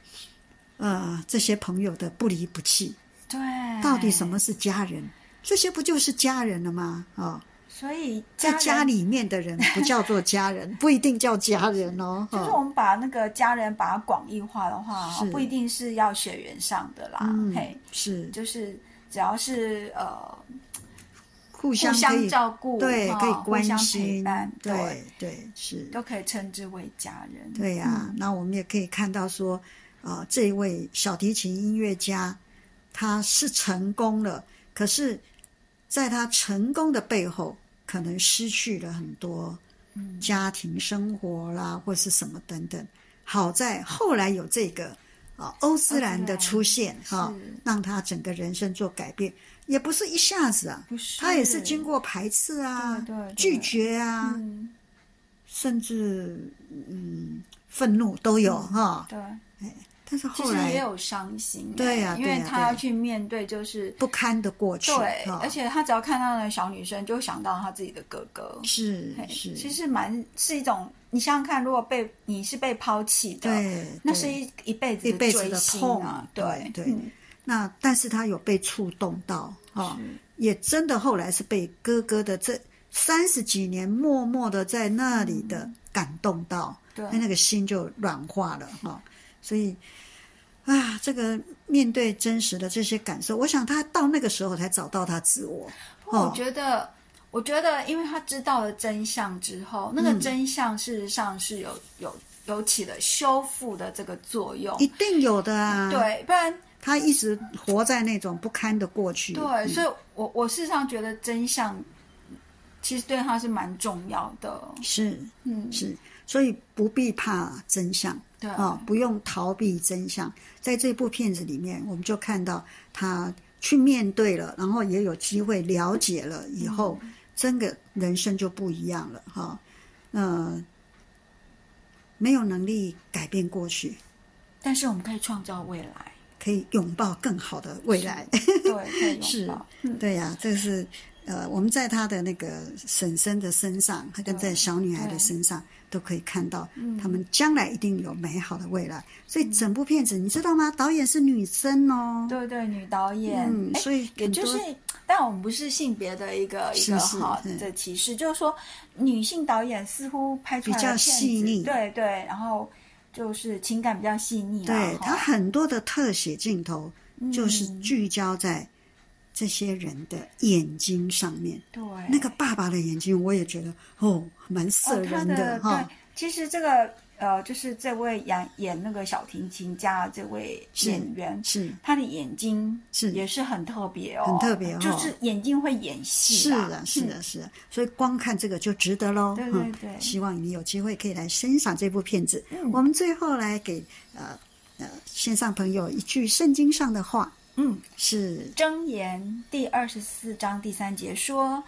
Speaker 1: 呃，这些朋友的不离不弃，
Speaker 2: 对，
Speaker 1: 到底什么？是家人？这些不就是家人了吗？哦，
Speaker 2: 所以
Speaker 1: 在
Speaker 2: 人
Speaker 1: 家里面的人不叫做家 人，不一定叫家人哦。哈
Speaker 2: 就是我们把那个家人把它广义化的话
Speaker 1: 是，
Speaker 2: 不一定是要血缘上的啦，
Speaker 1: 嗯
Speaker 2: 嘿，，
Speaker 1: 是
Speaker 2: 就是只要是呃
Speaker 1: 互
Speaker 2: 互
Speaker 1: 相可
Speaker 2: 相
Speaker 1: 以
Speaker 2: 照顾，
Speaker 1: 对，
Speaker 2: 哈
Speaker 1: 可以关
Speaker 2: 互相陪
Speaker 1: 心
Speaker 2: 伴，，
Speaker 1: 对对是，
Speaker 2: 都可以称之为家人，
Speaker 1: 对呀、那我们也可以看到说，啊、这一位小提琴音乐家，他是成功了，可是，在他成功的背后，可能失去了很多家庭生活啦，或是什么等等。好在后来有这个啊欧斯兰的出现
Speaker 2: 斯
Speaker 1: 哈、
Speaker 2: 兰
Speaker 1: 啊
Speaker 2: 是
Speaker 1: 让他整个人生做改变，也不是一下子啊，
Speaker 2: 不是
Speaker 1: 他也是经过排斥啊、
Speaker 2: 对对对
Speaker 1: 拒绝啊，
Speaker 2: 嗯，
Speaker 1: 甚至嗯愤怒都有哈、
Speaker 2: 嗯对，
Speaker 1: 但是
Speaker 2: 其
Speaker 1: 后
Speaker 2: 实也
Speaker 1: 来
Speaker 2: 有伤心，哎
Speaker 1: 对呀
Speaker 2: 因
Speaker 1: 对
Speaker 2: 为
Speaker 1: 呀对
Speaker 2: 他
Speaker 1: 呀
Speaker 2: 要去面对就是。
Speaker 1: 不堪的过去，
Speaker 2: 对，
Speaker 1: 哈
Speaker 2: 而且他只要看到那个小女生，就想到他自己的哥哥。
Speaker 1: 是
Speaker 2: 嘿
Speaker 1: 是，
Speaker 2: 哎其实蛮是一种，你想想看，如果被你是被抛弃的，
Speaker 1: 对，
Speaker 2: 那
Speaker 1: 对
Speaker 2: 是一一辈子
Speaker 1: 一辈子
Speaker 2: 追
Speaker 1: 的
Speaker 2: 星
Speaker 1: 痛
Speaker 2: 啊，
Speaker 1: 对对
Speaker 2: 嗯
Speaker 1: 那但是他有被触动到哈、
Speaker 2: 是
Speaker 1: 也真的后来是被哥哥的这三十几年默默的在那里的感动到，
Speaker 2: 嗯对
Speaker 1: 那那个心就软化了哈、所以啊，这个面对真实的这些感受，我想他到那个时候才找到他自我。哦
Speaker 2: 我觉得，我觉得，因为他知道了真相之后，那个
Speaker 1: 嗯
Speaker 2: 真相事实上是有有有起了修复的这个作用。
Speaker 1: 一定有的啊，，
Speaker 2: 对，不然
Speaker 1: 他一直活在那种不堪的过去。嗯
Speaker 2: 对，所以我我事实上觉得真相其实对他是蛮重要的。
Speaker 1: 是
Speaker 2: 嗯，
Speaker 1: 是，所以不必怕真相。
Speaker 2: 对，
Speaker 1: 啊、不用逃避真相。在这部片子里面，我们就看到他去面对了，然后也有机会了解了以后，
Speaker 2: 嗯
Speaker 1: 真的人生就不一样了哈。那、没有能力改变过去，
Speaker 2: 但是我们可以创造未 来，
Speaker 1: 可以拥抱更好的未来。
Speaker 2: 对，可以
Speaker 1: 是
Speaker 2: 拥抱。嗯，
Speaker 1: 对呀、这是呃，我们在她的那个婶婶的身上，还跟在小女孩的身上，都可以看到，
Speaker 2: 嗯
Speaker 1: 他们将来一定有美好的未来。所以整部片子，你知道吗？导演是女生哦，
Speaker 2: 对对，女导演，
Speaker 1: 嗯，
Speaker 2: 哎
Speaker 1: 所以
Speaker 2: 也
Speaker 1: 很
Speaker 2: 就是
Speaker 1: 多，
Speaker 2: 但我们不是性别的一个一
Speaker 1: 是
Speaker 2: 个
Speaker 1: 是嗯
Speaker 2: 哈
Speaker 1: 对
Speaker 2: 的歧视，就是说女性导演似乎拍出来
Speaker 1: 比较
Speaker 2: 的片子
Speaker 1: 细腻
Speaker 2: 对对，然后就是情感比较细腻啦，
Speaker 1: 对
Speaker 2: 啊哈嗯
Speaker 1: 他很多的特写镜头就是聚焦在这些人的眼睛上面。
Speaker 2: 对
Speaker 1: 那个爸爸的眼睛，我也觉得哦，蛮摄
Speaker 2: 哦他
Speaker 1: 人
Speaker 2: 的
Speaker 1: 哈。
Speaker 2: 对，其实这个呃，就是这位演演那个小提琴家的这位
Speaker 1: 是
Speaker 2: 演员。
Speaker 1: 是
Speaker 2: 他的眼睛
Speaker 1: 是
Speaker 2: 也是很特别哦，
Speaker 1: 很特别哦
Speaker 2: 就是眼睛会演戏
Speaker 1: 是
Speaker 2: 啦，
Speaker 1: 的，是的，是的，所以光看这个就值得喽。
Speaker 2: 嗯对
Speaker 1: 嗯
Speaker 2: 对嗯对
Speaker 1: 希望你有机会可以来欣赏这部片子。我们最后来给呃呃线上朋友一句圣经上的话，
Speaker 2: 嗯，嗯，
Speaker 1: 是
Speaker 2: 箴言第二十四章第三节说：“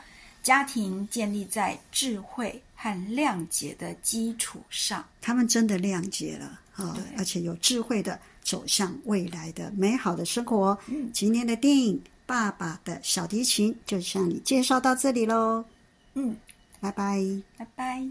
Speaker 2: 家庭建立在智慧和谅解的基础上。
Speaker 1: 他们真的谅解了啊、
Speaker 2: 对
Speaker 1: 而且有智慧的走向未来的美好的生活。
Speaker 2: 嗯
Speaker 1: 今天的电影《爸爸的小提琴》就向你介绍到这里喽，”
Speaker 2: 嗯，
Speaker 1: 拜拜。
Speaker 2: 拜拜。